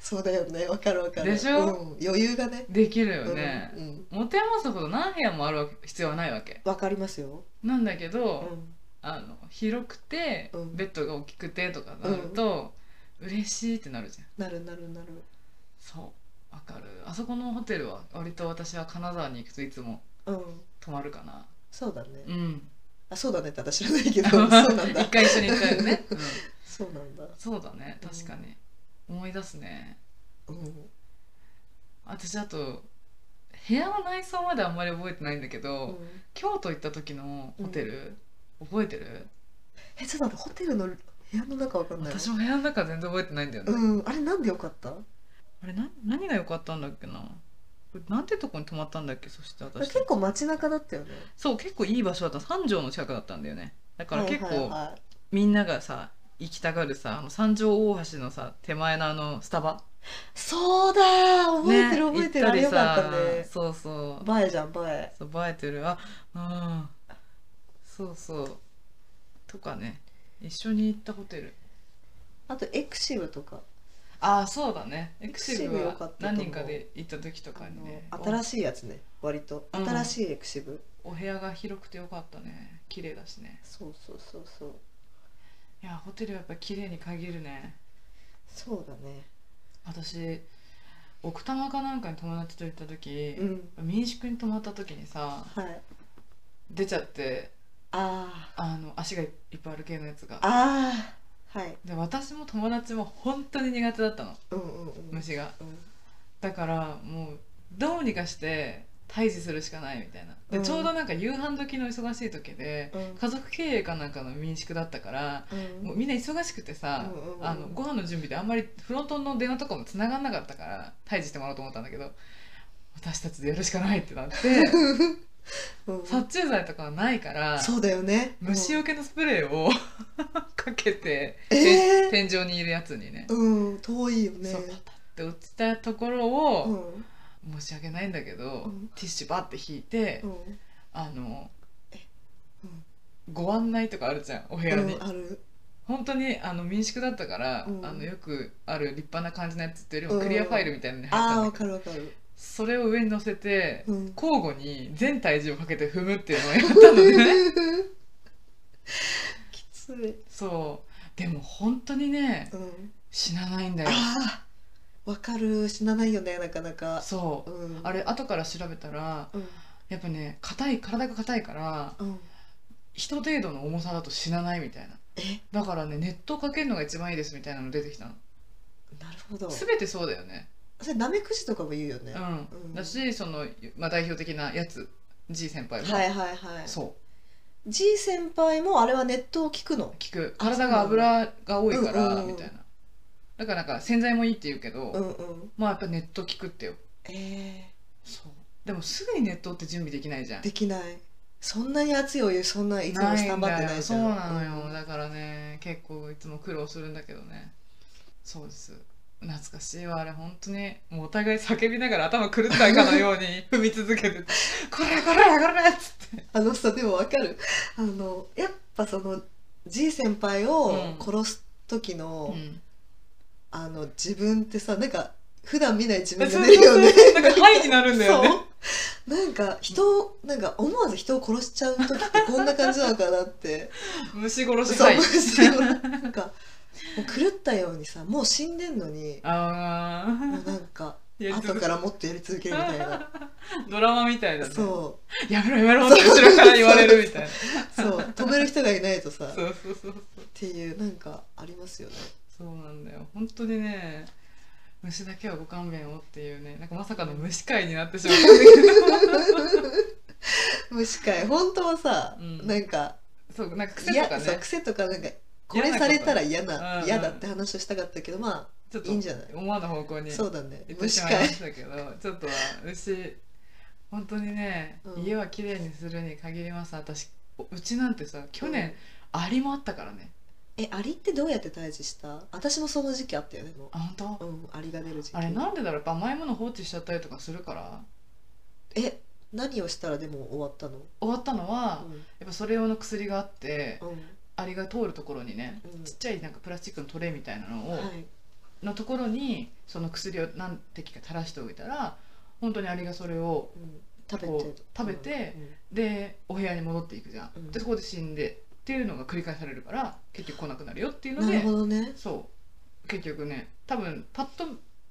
Speaker 1: そうだよねわかるわかる
Speaker 3: でしょ
Speaker 1: うん、余裕がね
Speaker 3: できるよね
Speaker 1: う、んうん
Speaker 3: 持て余すほど何部屋もあるわけ必要はないわけ
Speaker 1: わかりますよ、
Speaker 3: なんだけ
Speaker 1: う
Speaker 3: ど、
Speaker 1: ん、
Speaker 3: あの広くて、
Speaker 1: うん
Speaker 3: ベッドが大きくてとかなると、嬉しいってなるじゃん
Speaker 1: なるなるなる
Speaker 3: そうわかるあそこのホテルは割と私は金沢に行くといつも
Speaker 1: うん
Speaker 3: 泊まるかな
Speaker 1: そうだね、
Speaker 3: うん
Speaker 1: あそうだねって私知らない けどそうなんだ
Speaker 3: 一回一緒に行ったよ ね、うん
Speaker 1: そうなんだ
Speaker 3: そうだね確かに、思い出すね
Speaker 1: うん
Speaker 3: 私あと部屋の内装まであんまり覚えてないんだけど、
Speaker 1: うん
Speaker 3: 京都行った時のホテル、覚えてる
Speaker 1: えちょっと待ってホテルの部屋の中わかんない
Speaker 3: 私も部屋の中全然覚えてないんだよね、
Speaker 1: うんあれなんでよかった
Speaker 3: あれな何が良かったんだっけなこれなんてとこに泊まったんだっけそして私
Speaker 1: 結構街中だったよね
Speaker 3: そう結構いい場所だった三条の近くだったんだよねだから結構、
Speaker 1: はいはいはい
Speaker 3: みんながさ行きたがるさあの三条大橋のさ手前のあのスタバ
Speaker 1: そうだ覚えてる
Speaker 3: ね
Speaker 1: 覚えてる、
Speaker 3: 行っ
Speaker 1: あ
Speaker 3: た
Speaker 1: れ
Speaker 3: り
Speaker 1: よか
Speaker 3: さ
Speaker 1: ったね
Speaker 3: そうそう
Speaker 1: 映えじゃん映え
Speaker 3: そう映えてるあうんそうそうとかね一緒に行ったホテル
Speaker 1: あとエクシブとか
Speaker 3: ああそうだねエ
Speaker 1: エ
Speaker 3: ク
Speaker 1: ク
Speaker 3: シ
Speaker 1: シブ
Speaker 3: ブ
Speaker 1: 良か
Speaker 3: は
Speaker 1: ったと思う
Speaker 3: 何人かで行った時とかにね
Speaker 1: あの新
Speaker 3: しい
Speaker 1: しいやつね割と
Speaker 3: うん
Speaker 1: 新しいエクシブ、
Speaker 3: お部屋が広くてよかったね綺麗だしね
Speaker 1: そうそうそうそう
Speaker 3: いやホテルはやっぱ綺麗に限るね
Speaker 1: そうだね
Speaker 3: 私奥多摩かなんかに友達と行った時
Speaker 1: う、ん
Speaker 3: 民宿に泊まった時にさ
Speaker 1: はい
Speaker 3: 出ちゃって
Speaker 1: あ
Speaker 3: あの足がいっぱいある系のやつが
Speaker 1: あああはい
Speaker 3: で私も友達も本当に苦手だったの
Speaker 1: うんうんうん
Speaker 3: 虫が
Speaker 1: うん
Speaker 3: だからもうどうにかして退治するしかないみたいなで、
Speaker 1: うん
Speaker 3: ちょうどなんか夕飯時の忙しい時で
Speaker 1: うん
Speaker 3: 家族経営かなんかの民宿だったから
Speaker 1: うん
Speaker 3: もうみんな忙しくてさ、
Speaker 1: うんうんうん
Speaker 3: あのご飯の準備であんまりフロントの電話とかも繋がんなかったから退治してもらおうと思ったんだけど私たちでやるしかないって なって
Speaker 1: うん
Speaker 3: 殺虫剤とかはないから
Speaker 1: そうだよね
Speaker 3: 虫除けのスプレーを かけて、
Speaker 1: えー
Speaker 3: 天井にいるやつにね
Speaker 1: うん遠いよね
Speaker 3: そうパタって落ちたところを、
Speaker 1: うん
Speaker 3: 申し訳ないんだけど、
Speaker 1: うん
Speaker 3: ティッシュバッて引いて、
Speaker 1: うん
Speaker 3: あの
Speaker 1: えうん
Speaker 3: ご案内とかあるじゃんお部屋に、
Speaker 1: うんある
Speaker 3: 本当にあの民宿だったから、
Speaker 1: うん
Speaker 3: あのよくある立派な感じのやつっていうよりも
Speaker 1: うん
Speaker 3: クリアファイルみたいなのに入って
Speaker 1: あ
Speaker 3: た
Speaker 1: あ
Speaker 3: んだ
Speaker 1: わ
Speaker 3: け
Speaker 1: か
Speaker 3: ど、
Speaker 1: るわかる
Speaker 3: それを上に乗せて、
Speaker 1: うん
Speaker 3: 交互に全体重をかけて踏むっていうのをやったの ね
Speaker 1: きつい
Speaker 3: そうでも本当にね
Speaker 1: うん
Speaker 3: 死なないんだよ
Speaker 1: ああわかる死なないよねなかなか
Speaker 3: そう、
Speaker 1: うん
Speaker 3: あれ後から調べたら
Speaker 1: うん
Speaker 3: やっぱね硬い体が硬いから
Speaker 1: うん
Speaker 3: 一程度の重さだと死なないみたいな
Speaker 1: え
Speaker 3: だからねネットをかけるのが一番いいですみたいなの出てきたの
Speaker 1: なるほどそ
Speaker 3: 全てそうだよね
Speaker 1: れナメクジとかも言うよね
Speaker 3: う
Speaker 1: は
Speaker 3: ん、
Speaker 1: うん
Speaker 3: だしその、まあ、代表的なやつ G 先輩
Speaker 1: い
Speaker 3: も、
Speaker 1: はいはい
Speaker 3: そ
Speaker 1: G 先輩もあれはネットを聞くの
Speaker 3: う聞く
Speaker 1: あそうな
Speaker 3: 体
Speaker 1: んだ
Speaker 3: が油が多いか
Speaker 1: うんうん
Speaker 3: ら
Speaker 1: うん
Speaker 3: みたいなだからなんか洗剤もいいって言うけど、
Speaker 1: うんうん
Speaker 3: まあやっぱネット聞くってよ
Speaker 1: え
Speaker 3: そうでもすぐにネットって準備できないじゃん
Speaker 1: ーできないそんなに熱いお湯そんないつもスタンバってないじ
Speaker 3: そ
Speaker 1: ゃ
Speaker 3: うんなのよ、だからね結構いつも苦労するんだけどねそうです懐かしいわあれ本当にもうお互い叫びながら頭狂ったかのよ うに踏み続けて「これこれこれ」っつって
Speaker 1: あのさでもわかるあのやっぱその G 先輩を殺す時の、
Speaker 3: うん
Speaker 1: あの自分ってさなんか普段見ない自分
Speaker 3: そ
Speaker 1: が
Speaker 3: う
Speaker 1: 出るよね
Speaker 3: そう そうなんかハイになるんだよね
Speaker 1: そうなんか人をなんか思わず人を殺しちゃう時ってこんな感じなのかなって
Speaker 3: 虫殺し
Speaker 1: そ
Speaker 3: ハ
Speaker 1: う
Speaker 3: イ
Speaker 1: 虫をなんかもう狂ったようにさもう死んでんのに
Speaker 3: あ
Speaker 1: もう
Speaker 3: あ
Speaker 1: なんか
Speaker 3: やり
Speaker 1: 後
Speaker 3: 続け
Speaker 1: からもっとやり続けるみたいな
Speaker 3: ドラマみたいだね
Speaker 1: そ
Speaker 3: やめろやめろって後ろから言われるみたいな
Speaker 1: うそう止める人がいないとさっ
Speaker 3: そうそうそうそう
Speaker 1: ていうなんかありますよね
Speaker 3: そうなんだよ本当にね虫だけはご勘弁をっていうねなんかまさかの虫会になってしまったんだけど
Speaker 1: 虫飼い本当はさ、
Speaker 3: うん
Speaker 1: なんか
Speaker 3: そうなんか癖と
Speaker 1: 嫌
Speaker 3: か
Speaker 1: そう
Speaker 3: ね
Speaker 1: 癖とかなんかこ
Speaker 3: 嫌な
Speaker 1: れ
Speaker 3: こと
Speaker 1: されたら嫌
Speaker 3: うん
Speaker 1: な
Speaker 3: うん
Speaker 1: 嫌だって話をしたかったけどま
Speaker 3: ちょっ
Speaker 1: あいいんじゃない
Speaker 3: と思わぬ方向に
Speaker 1: そうだね
Speaker 3: 行って
Speaker 1: 虫
Speaker 3: しま
Speaker 1: 飼
Speaker 3: いま
Speaker 1: い
Speaker 3: したけどちょっとは虫本当にね、
Speaker 1: うん
Speaker 3: 家は綺麗にするに限ります私おうちなんてさ去年、アリもあったからね
Speaker 1: えアリってどうやって退治した私もその時期あったよねも
Speaker 3: あ本
Speaker 1: う
Speaker 3: 当
Speaker 1: うんアリが出る時期
Speaker 3: あれなんでだろうやっぱ甘いもの放置しちゃったりとかするから
Speaker 1: え何をしたらでも終わったの
Speaker 3: 終わったのは、
Speaker 1: うん
Speaker 3: やっぱそれ用の薬があって
Speaker 1: うん
Speaker 3: アリが通るところにね
Speaker 1: うん
Speaker 3: ちっちゃいなんかプラスチックのトレイみたいなのを、
Speaker 1: はい
Speaker 3: のところにその薬を何滴か垂らしておいたら本当にアリがそれを
Speaker 1: うん食べ
Speaker 3: こ
Speaker 1: て
Speaker 3: う食べて
Speaker 1: うん
Speaker 3: でお部屋に戻っていくじゃん、
Speaker 1: うん
Speaker 3: でそこで死んでっていうのが繰り返されるから結局来なくなるよってい
Speaker 1: うん
Speaker 3: うの
Speaker 1: なる
Speaker 3: で
Speaker 1: ほどね
Speaker 3: そう結局ね多分パッと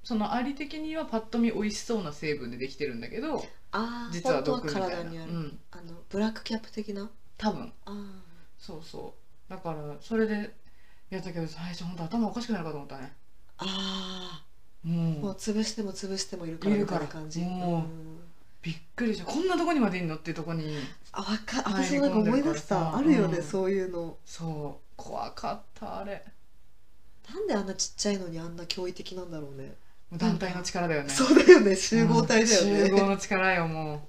Speaker 3: そのアリ的にはパッと見美味しそうな成分でできてるんだけど
Speaker 1: ああ
Speaker 3: 実は
Speaker 1: 本
Speaker 3: 毒
Speaker 1: 当
Speaker 3: みたいな、
Speaker 1: 体
Speaker 3: う
Speaker 1: にある、
Speaker 3: ん、
Speaker 1: あのブラックキャップ的な
Speaker 3: 多分
Speaker 1: あー
Speaker 3: そうそうだからそれでやったけど最初本当頭おかしくなるかと思ったね
Speaker 1: あーも
Speaker 3: も
Speaker 1: う
Speaker 3: う
Speaker 1: 潰しても潰してもいるから
Speaker 3: いる
Speaker 1: み
Speaker 3: か
Speaker 1: た
Speaker 3: ら
Speaker 1: いな感じ
Speaker 3: もう
Speaker 1: うん
Speaker 3: びっくりしたこんなとこにまでいんのっていうとこに
Speaker 1: あわか
Speaker 3: 入
Speaker 1: 私
Speaker 3: り
Speaker 1: もなんか
Speaker 3: 込んで
Speaker 1: 思
Speaker 3: る
Speaker 1: い
Speaker 3: から
Speaker 1: 出し
Speaker 3: さ
Speaker 1: たあるよね、
Speaker 3: うん
Speaker 1: そういうの
Speaker 3: そう怖かったあれ
Speaker 1: なんであんなちっちゃいのにあんな驚異的なんだろうね
Speaker 3: もう団体の力だよね
Speaker 1: そうだよね集合体だよね、
Speaker 3: うん集合の力よもう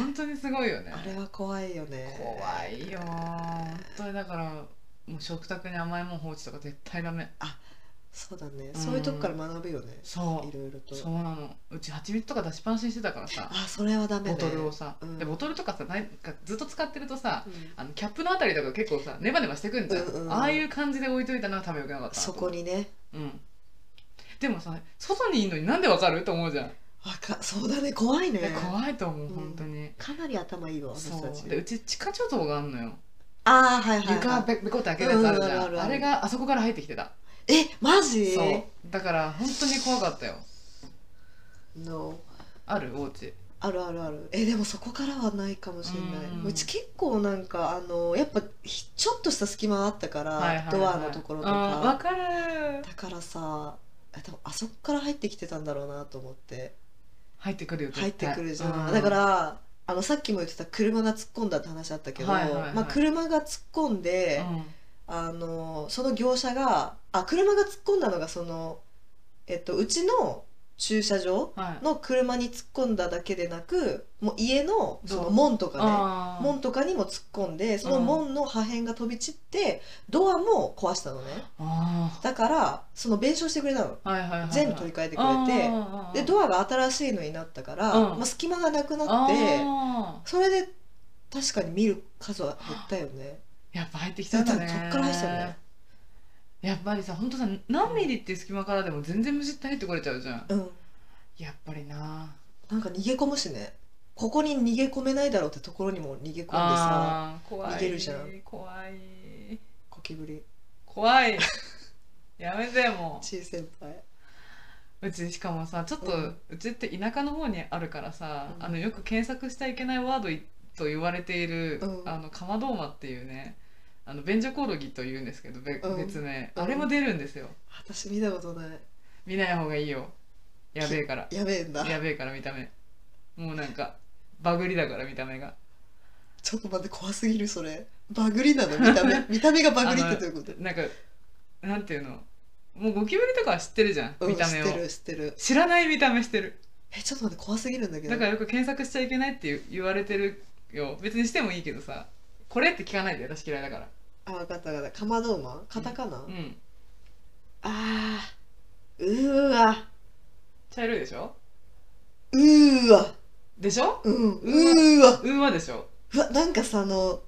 Speaker 3: 本当にすごいよね
Speaker 1: あれは怖いよね
Speaker 3: 怖いよ本当にだからもう食卓に甘いもん放置とか絶対ダメ
Speaker 1: そうだね、そういうとこから学ぶよね
Speaker 3: そ
Speaker 1: いろいろ
Speaker 3: う
Speaker 1: と
Speaker 3: そうなのうち蜂蜜とか出しっぱなしにしてたからさ
Speaker 1: あそれはダメ
Speaker 3: ボ
Speaker 1: ね
Speaker 3: トルをさ、
Speaker 1: うん
Speaker 3: でボトルとかさなんかずっと使ってるとさ
Speaker 1: うん
Speaker 3: あのキャップのあたりとか結構さネバネバしてくんじゃん、
Speaker 1: うんうんうん
Speaker 3: ああいう感じで置いといたのは食べよくなかったなと
Speaker 1: そ
Speaker 3: 思
Speaker 1: こ
Speaker 3: う
Speaker 1: にね
Speaker 3: うんでもさ外にいるのになんでわかると思うじゃん、
Speaker 1: わかそうだね怖いね
Speaker 3: いや怖いと思う、
Speaker 1: うん
Speaker 3: 本当に
Speaker 1: かなり頭いいわ私た
Speaker 3: そ
Speaker 1: ち
Speaker 3: うでうち地下貯蔵があんのよ
Speaker 1: ああはいはい、
Speaker 3: 床
Speaker 1: はい、
Speaker 3: べべこって開けるやつあるじ
Speaker 1: うんうん
Speaker 3: ゃ
Speaker 1: あ
Speaker 3: ん、
Speaker 1: るある
Speaker 3: あれがあそこから入ってきてた、
Speaker 1: えマジ
Speaker 3: そうだから本当に怖かったよ
Speaker 1: No
Speaker 3: あるお家
Speaker 1: あるあるあるえでもそこからはないかもしれない、
Speaker 3: う
Speaker 1: うんち結構なんかあのやっぱひちょっとした隙間あったから、
Speaker 3: はいはいはい
Speaker 1: ドアのところと
Speaker 3: あーわ
Speaker 1: か
Speaker 3: かる
Speaker 1: だからさあ多分あそこから入ってきてたんだろうなと思って
Speaker 3: 入ってくるよ絶
Speaker 1: 入
Speaker 3: 対
Speaker 1: ってくるじゃん、
Speaker 3: う
Speaker 1: だからあのさっきも言ってた車が突っ込んだって話あったけど、
Speaker 3: はいはいはい
Speaker 1: まあ、車が突っ込んで、
Speaker 3: うん
Speaker 1: あのその業者があ車が突っ込んだのがその、えっと、うちの駐車場
Speaker 3: はい
Speaker 1: の車に突っ込んだだけでなくもう家のその門とかね
Speaker 3: あー
Speaker 1: 門とかにも突っ込んでその門の破片が飛び散ってドアも壊したのね
Speaker 3: あ
Speaker 1: だからその弁償してくれたの
Speaker 3: ーはいはいはいはい
Speaker 1: 全部取り替えてくれてで
Speaker 3: う
Speaker 1: ドアが新しいのになったから、
Speaker 3: うん
Speaker 1: まあ、隙間がなくなっ
Speaker 3: あ
Speaker 1: て
Speaker 3: ー
Speaker 1: それで確かに見る数は減ったよね
Speaker 3: やっぱ入ってきたんだね
Speaker 1: そっから入ってたね
Speaker 3: やっぱりさ本当さ何ミリっていう隙間からでも全然無視って入ってこれちゃうじゃん
Speaker 1: うん
Speaker 3: やっぱりな
Speaker 1: なんか逃げ込むしねここに逃げ込めないだろうってところにも逃げ込んでさ
Speaker 3: あー怖い
Speaker 1: 逃げるじゃん
Speaker 3: 怖い
Speaker 1: ゴキブリ
Speaker 3: 怖いやめても
Speaker 1: ちい先輩
Speaker 3: ううちしかもさちょっと、
Speaker 1: う
Speaker 3: うんちって田舎の方にあるからさ、
Speaker 1: うん
Speaker 3: あのよく検索してはいけないワードいと言われている、
Speaker 1: うん
Speaker 3: あのカマドーマっていうねあの便所コオロギというんですけど、べ
Speaker 1: うん
Speaker 3: 別名、
Speaker 1: うん
Speaker 3: あれも出るんですよ
Speaker 1: 私見たことない
Speaker 3: 見ない方がいいよやべえから
Speaker 1: やべえんだ
Speaker 3: やべえから見た目もうなんかバグりだから見た目が
Speaker 1: ちょっと待って怖すぎるそれバグリなの見た 目見た目がバグリってどういうこと
Speaker 3: なんかなんていうのもうゴキブリとかは知ってるじゃん、
Speaker 1: うん
Speaker 3: 見た目を
Speaker 1: 知ってる知ってる
Speaker 3: 知らない見た目してる
Speaker 1: えちょっと待って怖すぎるんだけど
Speaker 3: だからよく検索しちゃいけないって言われてるよ別にしてもいいけどさこれって聞かないで私嫌いだから
Speaker 1: あ分かった分かったかまどうまカタカナ、
Speaker 3: うん
Speaker 1: あーうーわ
Speaker 3: 茶色いでしょ
Speaker 1: うーわ
Speaker 3: でしょ
Speaker 1: うんうーわ
Speaker 3: うーわでしょ
Speaker 1: うわなんかさあの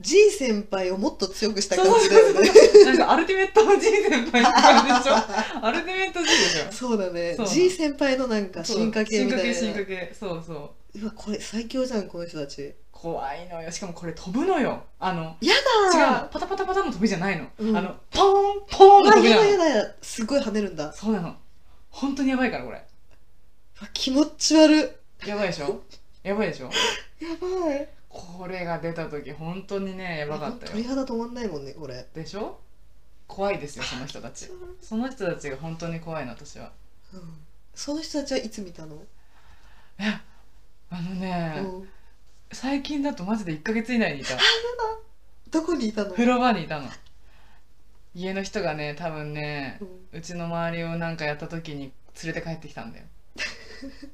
Speaker 1: じい先輩をもっと強くした感じだ
Speaker 3: そ
Speaker 1: よ
Speaker 3: うそう
Speaker 1: ね
Speaker 3: そうなんかアルティメットの G 先輩って感じでしょアルティメット G でし ょ
Speaker 1: そうだね
Speaker 3: そう
Speaker 1: じい先輩のなんか
Speaker 3: そう
Speaker 1: 進化系みたいな
Speaker 3: 進化系進化系そうそう
Speaker 1: うわこれ最強じゃんこの人たち
Speaker 3: 怖いのよしかもこれ飛ぶのよあの
Speaker 1: や
Speaker 3: 違うの
Speaker 1: だ
Speaker 3: パタパタパタの飛びじゃないの、
Speaker 1: うん
Speaker 3: あのポーンポーンの
Speaker 1: うわ
Speaker 3: 飛び
Speaker 1: や
Speaker 3: な
Speaker 1: だや
Speaker 3: の
Speaker 1: だやだすごい跳ねるんだうわ
Speaker 3: そうなの本当にやばいからこれ
Speaker 1: 気持ち悪い
Speaker 3: やばいでしょやばいでしょ
Speaker 1: やばい
Speaker 3: これが出た時本当にねやばかった
Speaker 1: 鳥
Speaker 3: よ
Speaker 1: 肌止まんないもんねこれ
Speaker 3: でしょ怖いですよその人たちその人たちが本当に怖いの私は
Speaker 1: うんその人たちはいつ見たの、
Speaker 3: あのね、
Speaker 1: うん
Speaker 3: 最近だとマジで1ヶ月以内にいた
Speaker 1: どこにいたの、
Speaker 3: 風呂場にいたの家の人がね多分ね
Speaker 1: うん
Speaker 3: うちの周りをなんかやった時に連れて帰ってきたんだよ、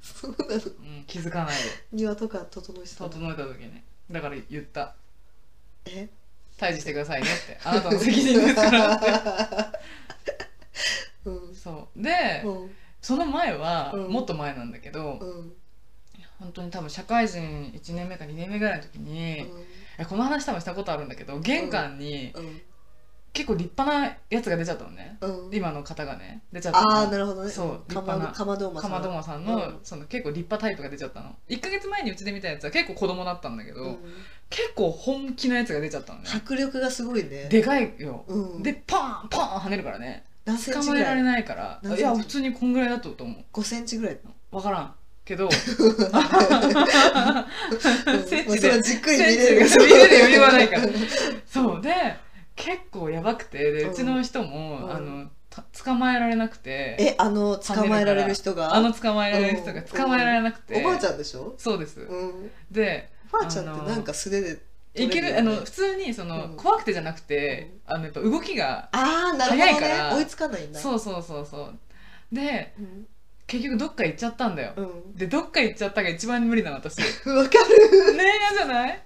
Speaker 1: そうなの
Speaker 3: うん、気づかないで
Speaker 1: 庭とか整えてたの
Speaker 3: 整えた時にだから言った
Speaker 1: え
Speaker 3: 退治してくださいねってあなたの責任ですからって
Speaker 1: うん
Speaker 3: そうで、
Speaker 1: うん
Speaker 3: その前は、
Speaker 1: うん
Speaker 3: もっと前なんだけど、
Speaker 1: うんうん
Speaker 3: 本当に多分社会人1年目か2年目ぐらいの時に、えこの話多分したことあるんだけど玄関に
Speaker 1: うん
Speaker 3: 結構立派なやつが出ちゃったのね、
Speaker 1: うん
Speaker 3: 今の方がね出ちゃった
Speaker 1: ああ
Speaker 3: の
Speaker 1: なるほどね
Speaker 3: そう立
Speaker 1: か
Speaker 3: 派
Speaker 1: ま
Speaker 3: な
Speaker 1: かまどま
Speaker 3: かまど
Speaker 1: ま
Speaker 3: まさんの,、
Speaker 1: うん
Speaker 3: その結構立派タイプが出ちゃったの1ヶ月前にうちで見たやつは結構子供だったんだけど、結構本気なやつが出ちゃったのね
Speaker 1: 迫力がすごいね
Speaker 3: でかいよ、
Speaker 1: うん
Speaker 3: でパーンパーン跳ねるからね
Speaker 1: 何セン
Speaker 3: 捕
Speaker 1: チ
Speaker 3: ま
Speaker 1: ぐ
Speaker 3: えら
Speaker 1: ら
Speaker 3: れ
Speaker 1: い
Speaker 3: ないから
Speaker 1: 何セン
Speaker 3: い
Speaker 1: チ
Speaker 3: や普通にこんぐらいだったと思う
Speaker 1: 5センチぐらい
Speaker 3: 分からん けど
Speaker 1: まあ
Speaker 3: センチ
Speaker 1: それ
Speaker 3: で
Speaker 1: はじっくり見れる
Speaker 3: センチで見れるよりはないから
Speaker 1: うん
Speaker 3: そうで結構やばくてで
Speaker 1: うん
Speaker 3: うちの人も、
Speaker 1: うん
Speaker 3: あのた捕まえられなくて
Speaker 1: えあの捕まえられる人が
Speaker 3: あの捕まえられる人が
Speaker 1: うん
Speaker 3: 捕まえられなくて、
Speaker 1: おばあちゃんでしょ、
Speaker 3: そうです、
Speaker 1: うん、
Speaker 3: で
Speaker 1: おばあちゃんってなんか素手で
Speaker 3: いけ
Speaker 1: 取れ
Speaker 3: るあ
Speaker 1: るよね
Speaker 3: の普通にその、
Speaker 1: うん
Speaker 3: 怖くてじゃなくて、あのやっぱ動きが
Speaker 1: ああなるほどね
Speaker 3: 早いから
Speaker 1: 追いつかないんだう、
Speaker 3: そうそうそうそうで
Speaker 1: ん
Speaker 3: 結局どっか行っちゃったんだよ、
Speaker 1: うん、
Speaker 3: でどっか行っちゃったが一番無理なの私ね
Speaker 1: 分かる
Speaker 3: え嫌じゃない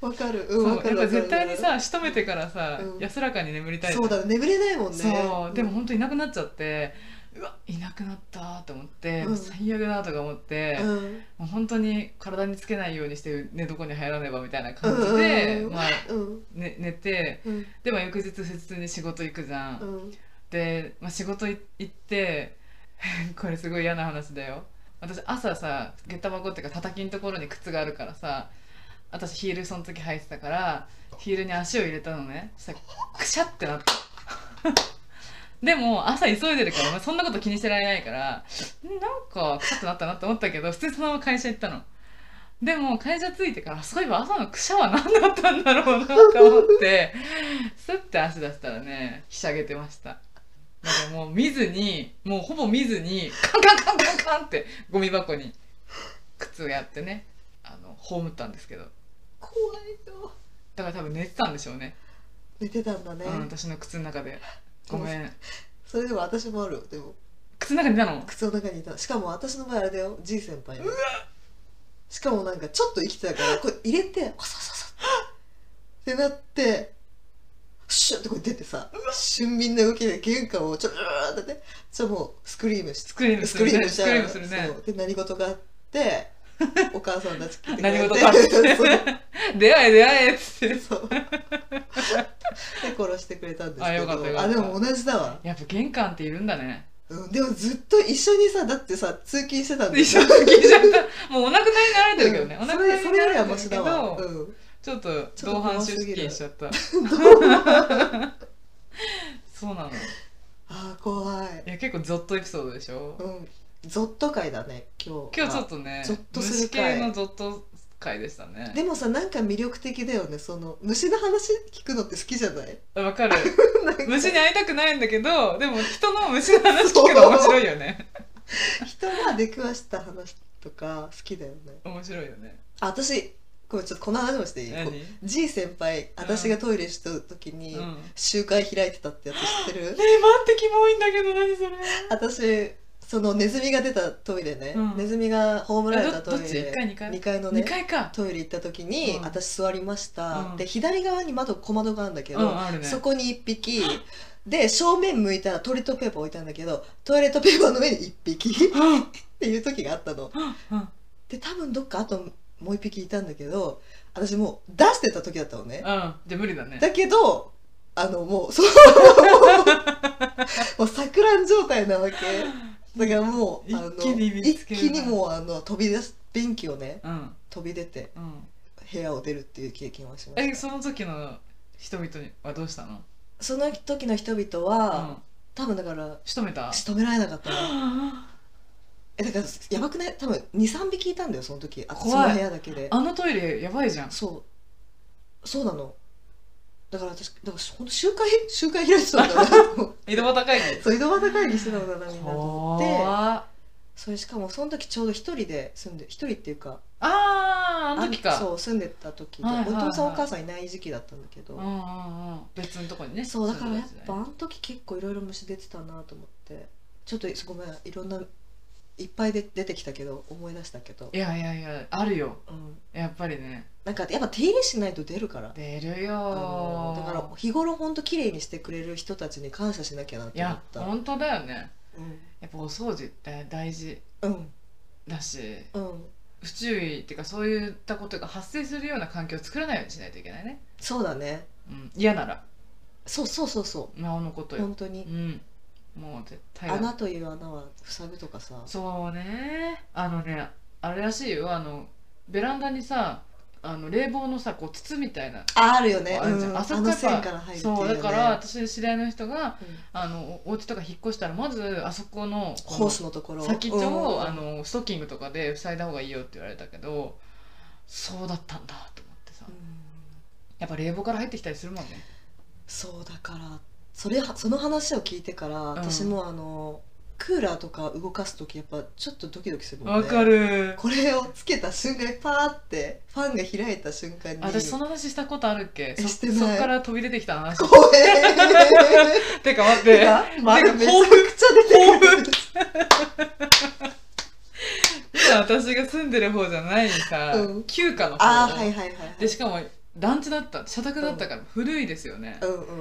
Speaker 1: わかる
Speaker 3: そううん
Speaker 1: わか
Speaker 3: や
Speaker 1: る
Speaker 3: っぱ
Speaker 1: わかる
Speaker 3: 絶対にさ仕留めてからさ、
Speaker 1: うん
Speaker 3: 安らかに眠りたいじゃ
Speaker 1: そ
Speaker 3: ん
Speaker 1: うだね眠れないもんね
Speaker 3: そうでも
Speaker 1: ん
Speaker 3: 本当いなくなっちゃってうわいなくなったと思って、
Speaker 1: うん
Speaker 3: 最悪だとか思って、
Speaker 1: う
Speaker 3: も
Speaker 1: ん
Speaker 3: う本当に体につけないようにして寝床に入らねばみたいな感じで、
Speaker 1: うん
Speaker 3: まあ、
Speaker 1: うん
Speaker 3: ね、寝て
Speaker 1: うん
Speaker 3: でも翌日普通に仕事行くじゃん、
Speaker 1: うん
Speaker 3: で、まあ、仕事い行って これすごい嫌な話だよ私朝さ下駄箱っていうか叩きのところに靴があるからさ私ヒールその時履いてたからヒールに足を入れたのねそしたらクシャってなったで でも朝急いでるからまあそんなこと気にしてられないからんなんか臭くなったなって思ったけど普通にそのまま会社行ったのでも会社着いてからあそういえば朝のくしゃは何だったんだろうなって思ってスッて足出したらねひしゃげてましただからもう見ずにもうほぼ見ずにカンカンカンカンカンってゴミ箱に靴をやってねあの葬ったんですけど
Speaker 1: 怖いよ
Speaker 3: だから多分寝てたんでしょうね、
Speaker 1: 寝てたんだね、
Speaker 3: うん、私の靴の中でごめん
Speaker 1: それでも私もあるよでも
Speaker 3: 靴の中にいた の
Speaker 1: 靴の中にいたしかも私の場合あれだよじい先輩のしかもなんかちょっと生きてたからこれ入れてあさささってなってシュッてこう出てさ俊敏な動きで玄関をちょっとうわーってねじゃあもうスクリームして
Speaker 3: スクリーム
Speaker 1: ス
Speaker 3: す
Speaker 1: ク
Speaker 3: る
Speaker 1: リーム
Speaker 3: ね
Speaker 1: し
Speaker 3: ス
Speaker 1: ち
Speaker 3: クリ
Speaker 1: ゃ
Speaker 3: ー
Speaker 1: う
Speaker 3: ムするね
Speaker 1: そうで何事があって お母さんたち来てくれて
Speaker 3: 何事かっつっ
Speaker 1: そう
Speaker 3: て 出会え出会えっつって
Speaker 1: そうで殺してくれたんです
Speaker 3: あ
Speaker 1: け
Speaker 3: よかったよ
Speaker 1: ど
Speaker 3: か
Speaker 1: あ
Speaker 3: った
Speaker 1: でも同じだわ、
Speaker 3: やっぱ玄関っているんだね
Speaker 1: うん、でもずっと一緒にさだってさ通勤してたん
Speaker 3: 一緒に聞いちゃったもうお亡くなりになられてるけどね、
Speaker 1: う
Speaker 3: お
Speaker 1: ん
Speaker 3: 亡
Speaker 1: そ
Speaker 3: くな
Speaker 1: れ
Speaker 3: り
Speaker 1: そ
Speaker 3: に
Speaker 1: れ
Speaker 3: な
Speaker 1: より
Speaker 3: ら
Speaker 1: は
Speaker 3: れ
Speaker 1: マ
Speaker 3: て
Speaker 1: シ
Speaker 3: るけ
Speaker 1: だ
Speaker 3: ど
Speaker 1: わ、うん、
Speaker 3: ちょっと同伴出勤しちゃった そうなのい
Speaker 1: あー怖い、
Speaker 3: や結構ゾッとエピソードでしょ
Speaker 1: うん、ゾッと会だね今日
Speaker 3: 今日ちょっ
Speaker 1: と
Speaker 3: とね
Speaker 1: ゾッとする
Speaker 3: 虫
Speaker 1: 回
Speaker 3: 系のゾッと回でしたね
Speaker 1: でもさなんか魅力的だよねその虫の話聞くのって好きじゃ ない
Speaker 3: わ かる
Speaker 1: なんか
Speaker 3: 虫に会いたくないんだけどでも人の虫の話聞くの面白いよね
Speaker 1: 人が出くわした話とか好きだよね
Speaker 3: 面白いよね
Speaker 1: あ私これちょっとこの話もしていい
Speaker 3: 何、
Speaker 1: こうじい先輩私がトイレしてる時に
Speaker 3: うん
Speaker 1: 集会開いてたってやつ知って る
Speaker 3: ねえ待ってキモいんだけど何それ
Speaker 1: 私そのネズミが出たトイレね、
Speaker 3: うん
Speaker 1: ネズミが葬られたトイ
Speaker 3: えどどっち
Speaker 1: レ
Speaker 3: 一階二階
Speaker 1: 二階の
Speaker 3: 二
Speaker 1: ね
Speaker 3: 階か
Speaker 1: トイレ行った時に、
Speaker 3: うん
Speaker 1: 私座りました、
Speaker 3: うん
Speaker 1: で左側に窓小窓があるんだけ
Speaker 3: う
Speaker 1: ど、
Speaker 3: んあるね
Speaker 1: そこに1匹で正面向いたらトイレットペーパー置いたんだけどトイレットペーパーの上に1匹 っ
Speaker 3: うん
Speaker 1: ていう時があったの
Speaker 3: うん
Speaker 1: で多分どっかあともう1匹いたんだけど私もう出してた時だったのね
Speaker 3: うんじゃあ無理だね
Speaker 1: だけどあのもう そうもう錯乱状態なわけだからもうあの
Speaker 3: 一気に見つけるな
Speaker 1: 一気にもうあの飛び出す便器をね
Speaker 3: うん
Speaker 1: 飛び出て
Speaker 3: うん
Speaker 1: 部屋を出るっていう経験をしまし
Speaker 3: え
Speaker 1: た
Speaker 3: その時の人々はどうしたの
Speaker 1: その時の人々は、
Speaker 3: うん
Speaker 1: 多分だから
Speaker 3: 仕留めた
Speaker 1: 仕留められなかったの
Speaker 3: あ
Speaker 1: えだからやばくない多分23匹いたんだよその時あ
Speaker 3: 怖
Speaker 1: そ
Speaker 3: い
Speaker 1: の部屋だけで
Speaker 3: のトイレやばいじゃん
Speaker 1: そうそうなのだから私だからほんと集会 集会開いてたんだなと思って
Speaker 3: 井戸端会議
Speaker 1: そう井戸端会議してたんだなみんなと思って
Speaker 3: 怖っ
Speaker 1: それしかもその時ちょうど一人で住んで一人っていうか
Speaker 3: あーあの時か
Speaker 1: そう住んでた時で、
Speaker 3: はいはいはい
Speaker 1: お父さんお母さんいない時期だったんだけど、
Speaker 3: うんうんうん別のとこにね
Speaker 1: そうだからやっぱあ
Speaker 3: そう
Speaker 1: の時結構いろいろ虫出てたなと思ってちょっとごめんいろんないっぱいで出てきたけど思い出したけど
Speaker 3: い、やいやいやあるよ
Speaker 1: うん、
Speaker 3: やっぱりね
Speaker 1: なんかやっぱ手入れしないと出るから
Speaker 3: 出る
Speaker 1: あ
Speaker 3: よ
Speaker 1: のだから日頃ほんと綺麗にしてくれる人たちに感謝しなきゃなと
Speaker 3: い
Speaker 1: 思
Speaker 3: や
Speaker 1: った
Speaker 3: 本当だよね
Speaker 1: うん
Speaker 3: やっぱお掃除って大事
Speaker 1: うん
Speaker 3: だし
Speaker 1: うん
Speaker 3: 不注意っていうかそういったことが発生するような環境を作らないようにしないといけないね、
Speaker 1: そうだね
Speaker 3: うん、嫌なら
Speaker 1: そうそうそうそ
Speaker 3: なおのこと
Speaker 1: う
Speaker 3: よ、
Speaker 1: 本当に
Speaker 3: うん、もう絶対だ
Speaker 1: 穴という穴は塞ぐとかさ
Speaker 3: そうねあのねあれらしいよあのベランダにさあの冷房のさこう筒みたいな
Speaker 1: ああるよね
Speaker 3: あるじゃん
Speaker 1: うん、
Speaker 3: あそ
Speaker 1: あ
Speaker 3: こや
Speaker 1: の
Speaker 3: っぱ
Speaker 1: 線から入るっていう、ね、
Speaker 3: そうだから私の知り合いの人が
Speaker 1: うん
Speaker 3: あのおお家とか引っ越したらまずあそこのこの
Speaker 1: ホースのところ
Speaker 3: 先っちょ
Speaker 1: うん
Speaker 3: をあのストッキングとかで塞いだ方がいいよって言われたけどそうだったんだと思ってさ
Speaker 1: うん
Speaker 3: やっぱ冷房から入ってきたりするもんね
Speaker 1: そうだからそれその話を聞いてから、私もあのクーラーとか動かす時やっぱちょっとドキドキするもん
Speaker 3: わ
Speaker 1: ね
Speaker 3: かる
Speaker 1: これをつけた瞬間にパーってファンが開いた瞬間に
Speaker 3: 私その話したことあるっけ
Speaker 1: え
Speaker 3: そ
Speaker 1: してない
Speaker 3: そっから飛び出てきた話
Speaker 1: 怖え
Speaker 3: てか待っ
Speaker 1: ー、
Speaker 3: て
Speaker 1: まだめちゃくちゃ出てくる
Speaker 3: 今私が住んでる方じゃないさ、
Speaker 1: うん
Speaker 3: 旧家の方
Speaker 1: ああはいはいはいはい
Speaker 3: でしかも団地だった社宅だったから古いですよね、
Speaker 1: うんうんうん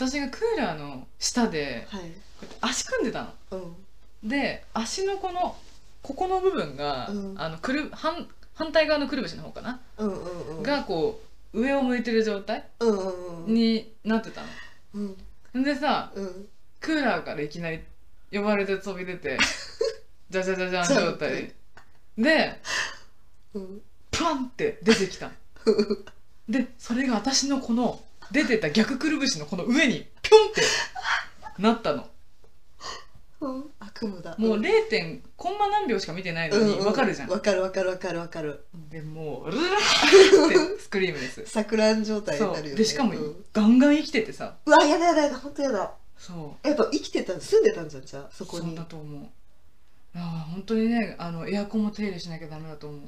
Speaker 3: 私がクーラーの下で
Speaker 1: はい
Speaker 3: こうやって足組んでたの
Speaker 1: うん
Speaker 3: で足のこのここの部分が、
Speaker 1: うん
Speaker 3: あのくる反反対側のくるぶしの方かな、
Speaker 1: うんうんうん
Speaker 3: がこう上を向いてる状態
Speaker 1: うんうんうん
Speaker 3: になってた
Speaker 1: うん
Speaker 3: のでさ
Speaker 1: うん
Speaker 3: クーラーからいきなり呼ばれて飛び出 てじゃじゃじゃじゃん状態で
Speaker 1: うん
Speaker 3: パンって出てきたでそれが私のこの出てた逆くるぶしのこの上にピョンってなったの
Speaker 1: うん悪夢だ
Speaker 3: もう
Speaker 1: うん
Speaker 3: 0. 点コンマ何秒しか見てないのに
Speaker 1: う
Speaker 3: わかるじゃん、
Speaker 1: わかるわかるわかるわかる
Speaker 3: でもううらーってスクリー ムです
Speaker 1: 錯乱状態に
Speaker 3: そ
Speaker 1: なるよ
Speaker 3: う
Speaker 1: ね
Speaker 3: でしかも
Speaker 1: うん
Speaker 3: ガンガン生きててさ
Speaker 1: うわやだやだやだ本当やだ
Speaker 3: そう
Speaker 1: やっぱ生きてた住んでたんじゃんじゃあそこ
Speaker 3: そん
Speaker 1: に
Speaker 3: だと思うああ本当にねあのエアコンも手入れしなきゃダメだと思う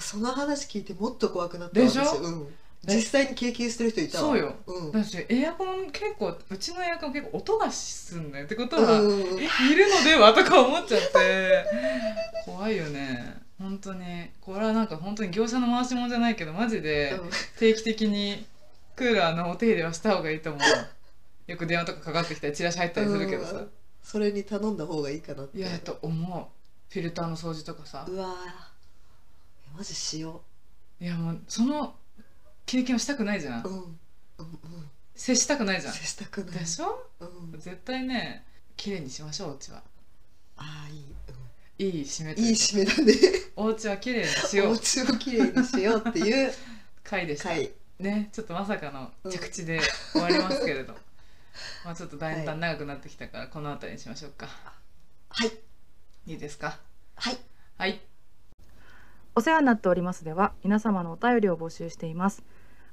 Speaker 1: その話聞いてもっと怖くなったわ
Speaker 3: でしょ
Speaker 1: 私うん、
Speaker 3: え
Speaker 1: 実際に経験してる人いたわ
Speaker 3: そうよ
Speaker 1: うん
Speaker 3: だしエアコン結構うちのエアコン結構音がすんのよってことは、
Speaker 1: うんうんうん
Speaker 3: えいるのではとか思っちゃって怖いよね本当にこれはなんか本当に業者の回し者じゃないけどマジで定期的にクーラーのお手入れはした方がいいと思う よく電話とかかかってきたりチラシ入ったりするけど
Speaker 1: う
Speaker 3: さ
Speaker 1: んそれに頼んだ方がいいかなって
Speaker 3: いややと思うフィルターの掃除とかさ
Speaker 1: うわーマジしよ
Speaker 3: いやもうその経験をしたくないじゃん
Speaker 1: ううんうんうん
Speaker 3: 接したくないじゃん
Speaker 1: 接したくない
Speaker 3: でしょ
Speaker 1: うん、
Speaker 3: 絶対ね綺麗にしましょうお家は
Speaker 1: ああいい、う
Speaker 3: いい締めと
Speaker 1: ん、
Speaker 3: い
Speaker 1: いうい
Speaker 3: か
Speaker 1: 締めだね
Speaker 3: お家は綺麗にし
Speaker 1: お
Speaker 3: よう
Speaker 1: 家をきれいにしようっていう
Speaker 3: 回でした
Speaker 1: 回
Speaker 3: ねちょっとまさかの着地で終わりますけれど、まあちょっとだんだん長くなってきたからこの辺りにしましょうか
Speaker 1: はい
Speaker 3: いいですか
Speaker 1: はい
Speaker 3: はい
Speaker 2: お世話になっておりますでは皆様のお便りを募集しています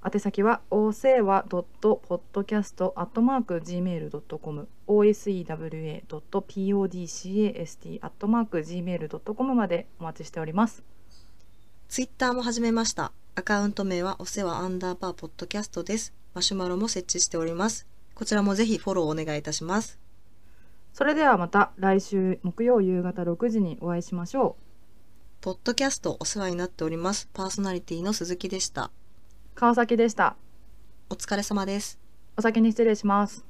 Speaker 2: 宛先はお世話 .podcast.gmail.com osewa.podcast.gmail.com までお待ちしております
Speaker 4: ツイッターも始めました。アカウント名はお世話アンダーパーポッドキャストです。マシュマロも設置しております。こちらもぜひフォローお願いいたします。
Speaker 2: それではまた来週木曜夕方6時にお会いしましょ
Speaker 4: ポッドキャストお世話になっております。パーソナリティの鈴木でした。
Speaker 2: う川崎でした
Speaker 4: お疲れ様です。
Speaker 2: お先に失礼します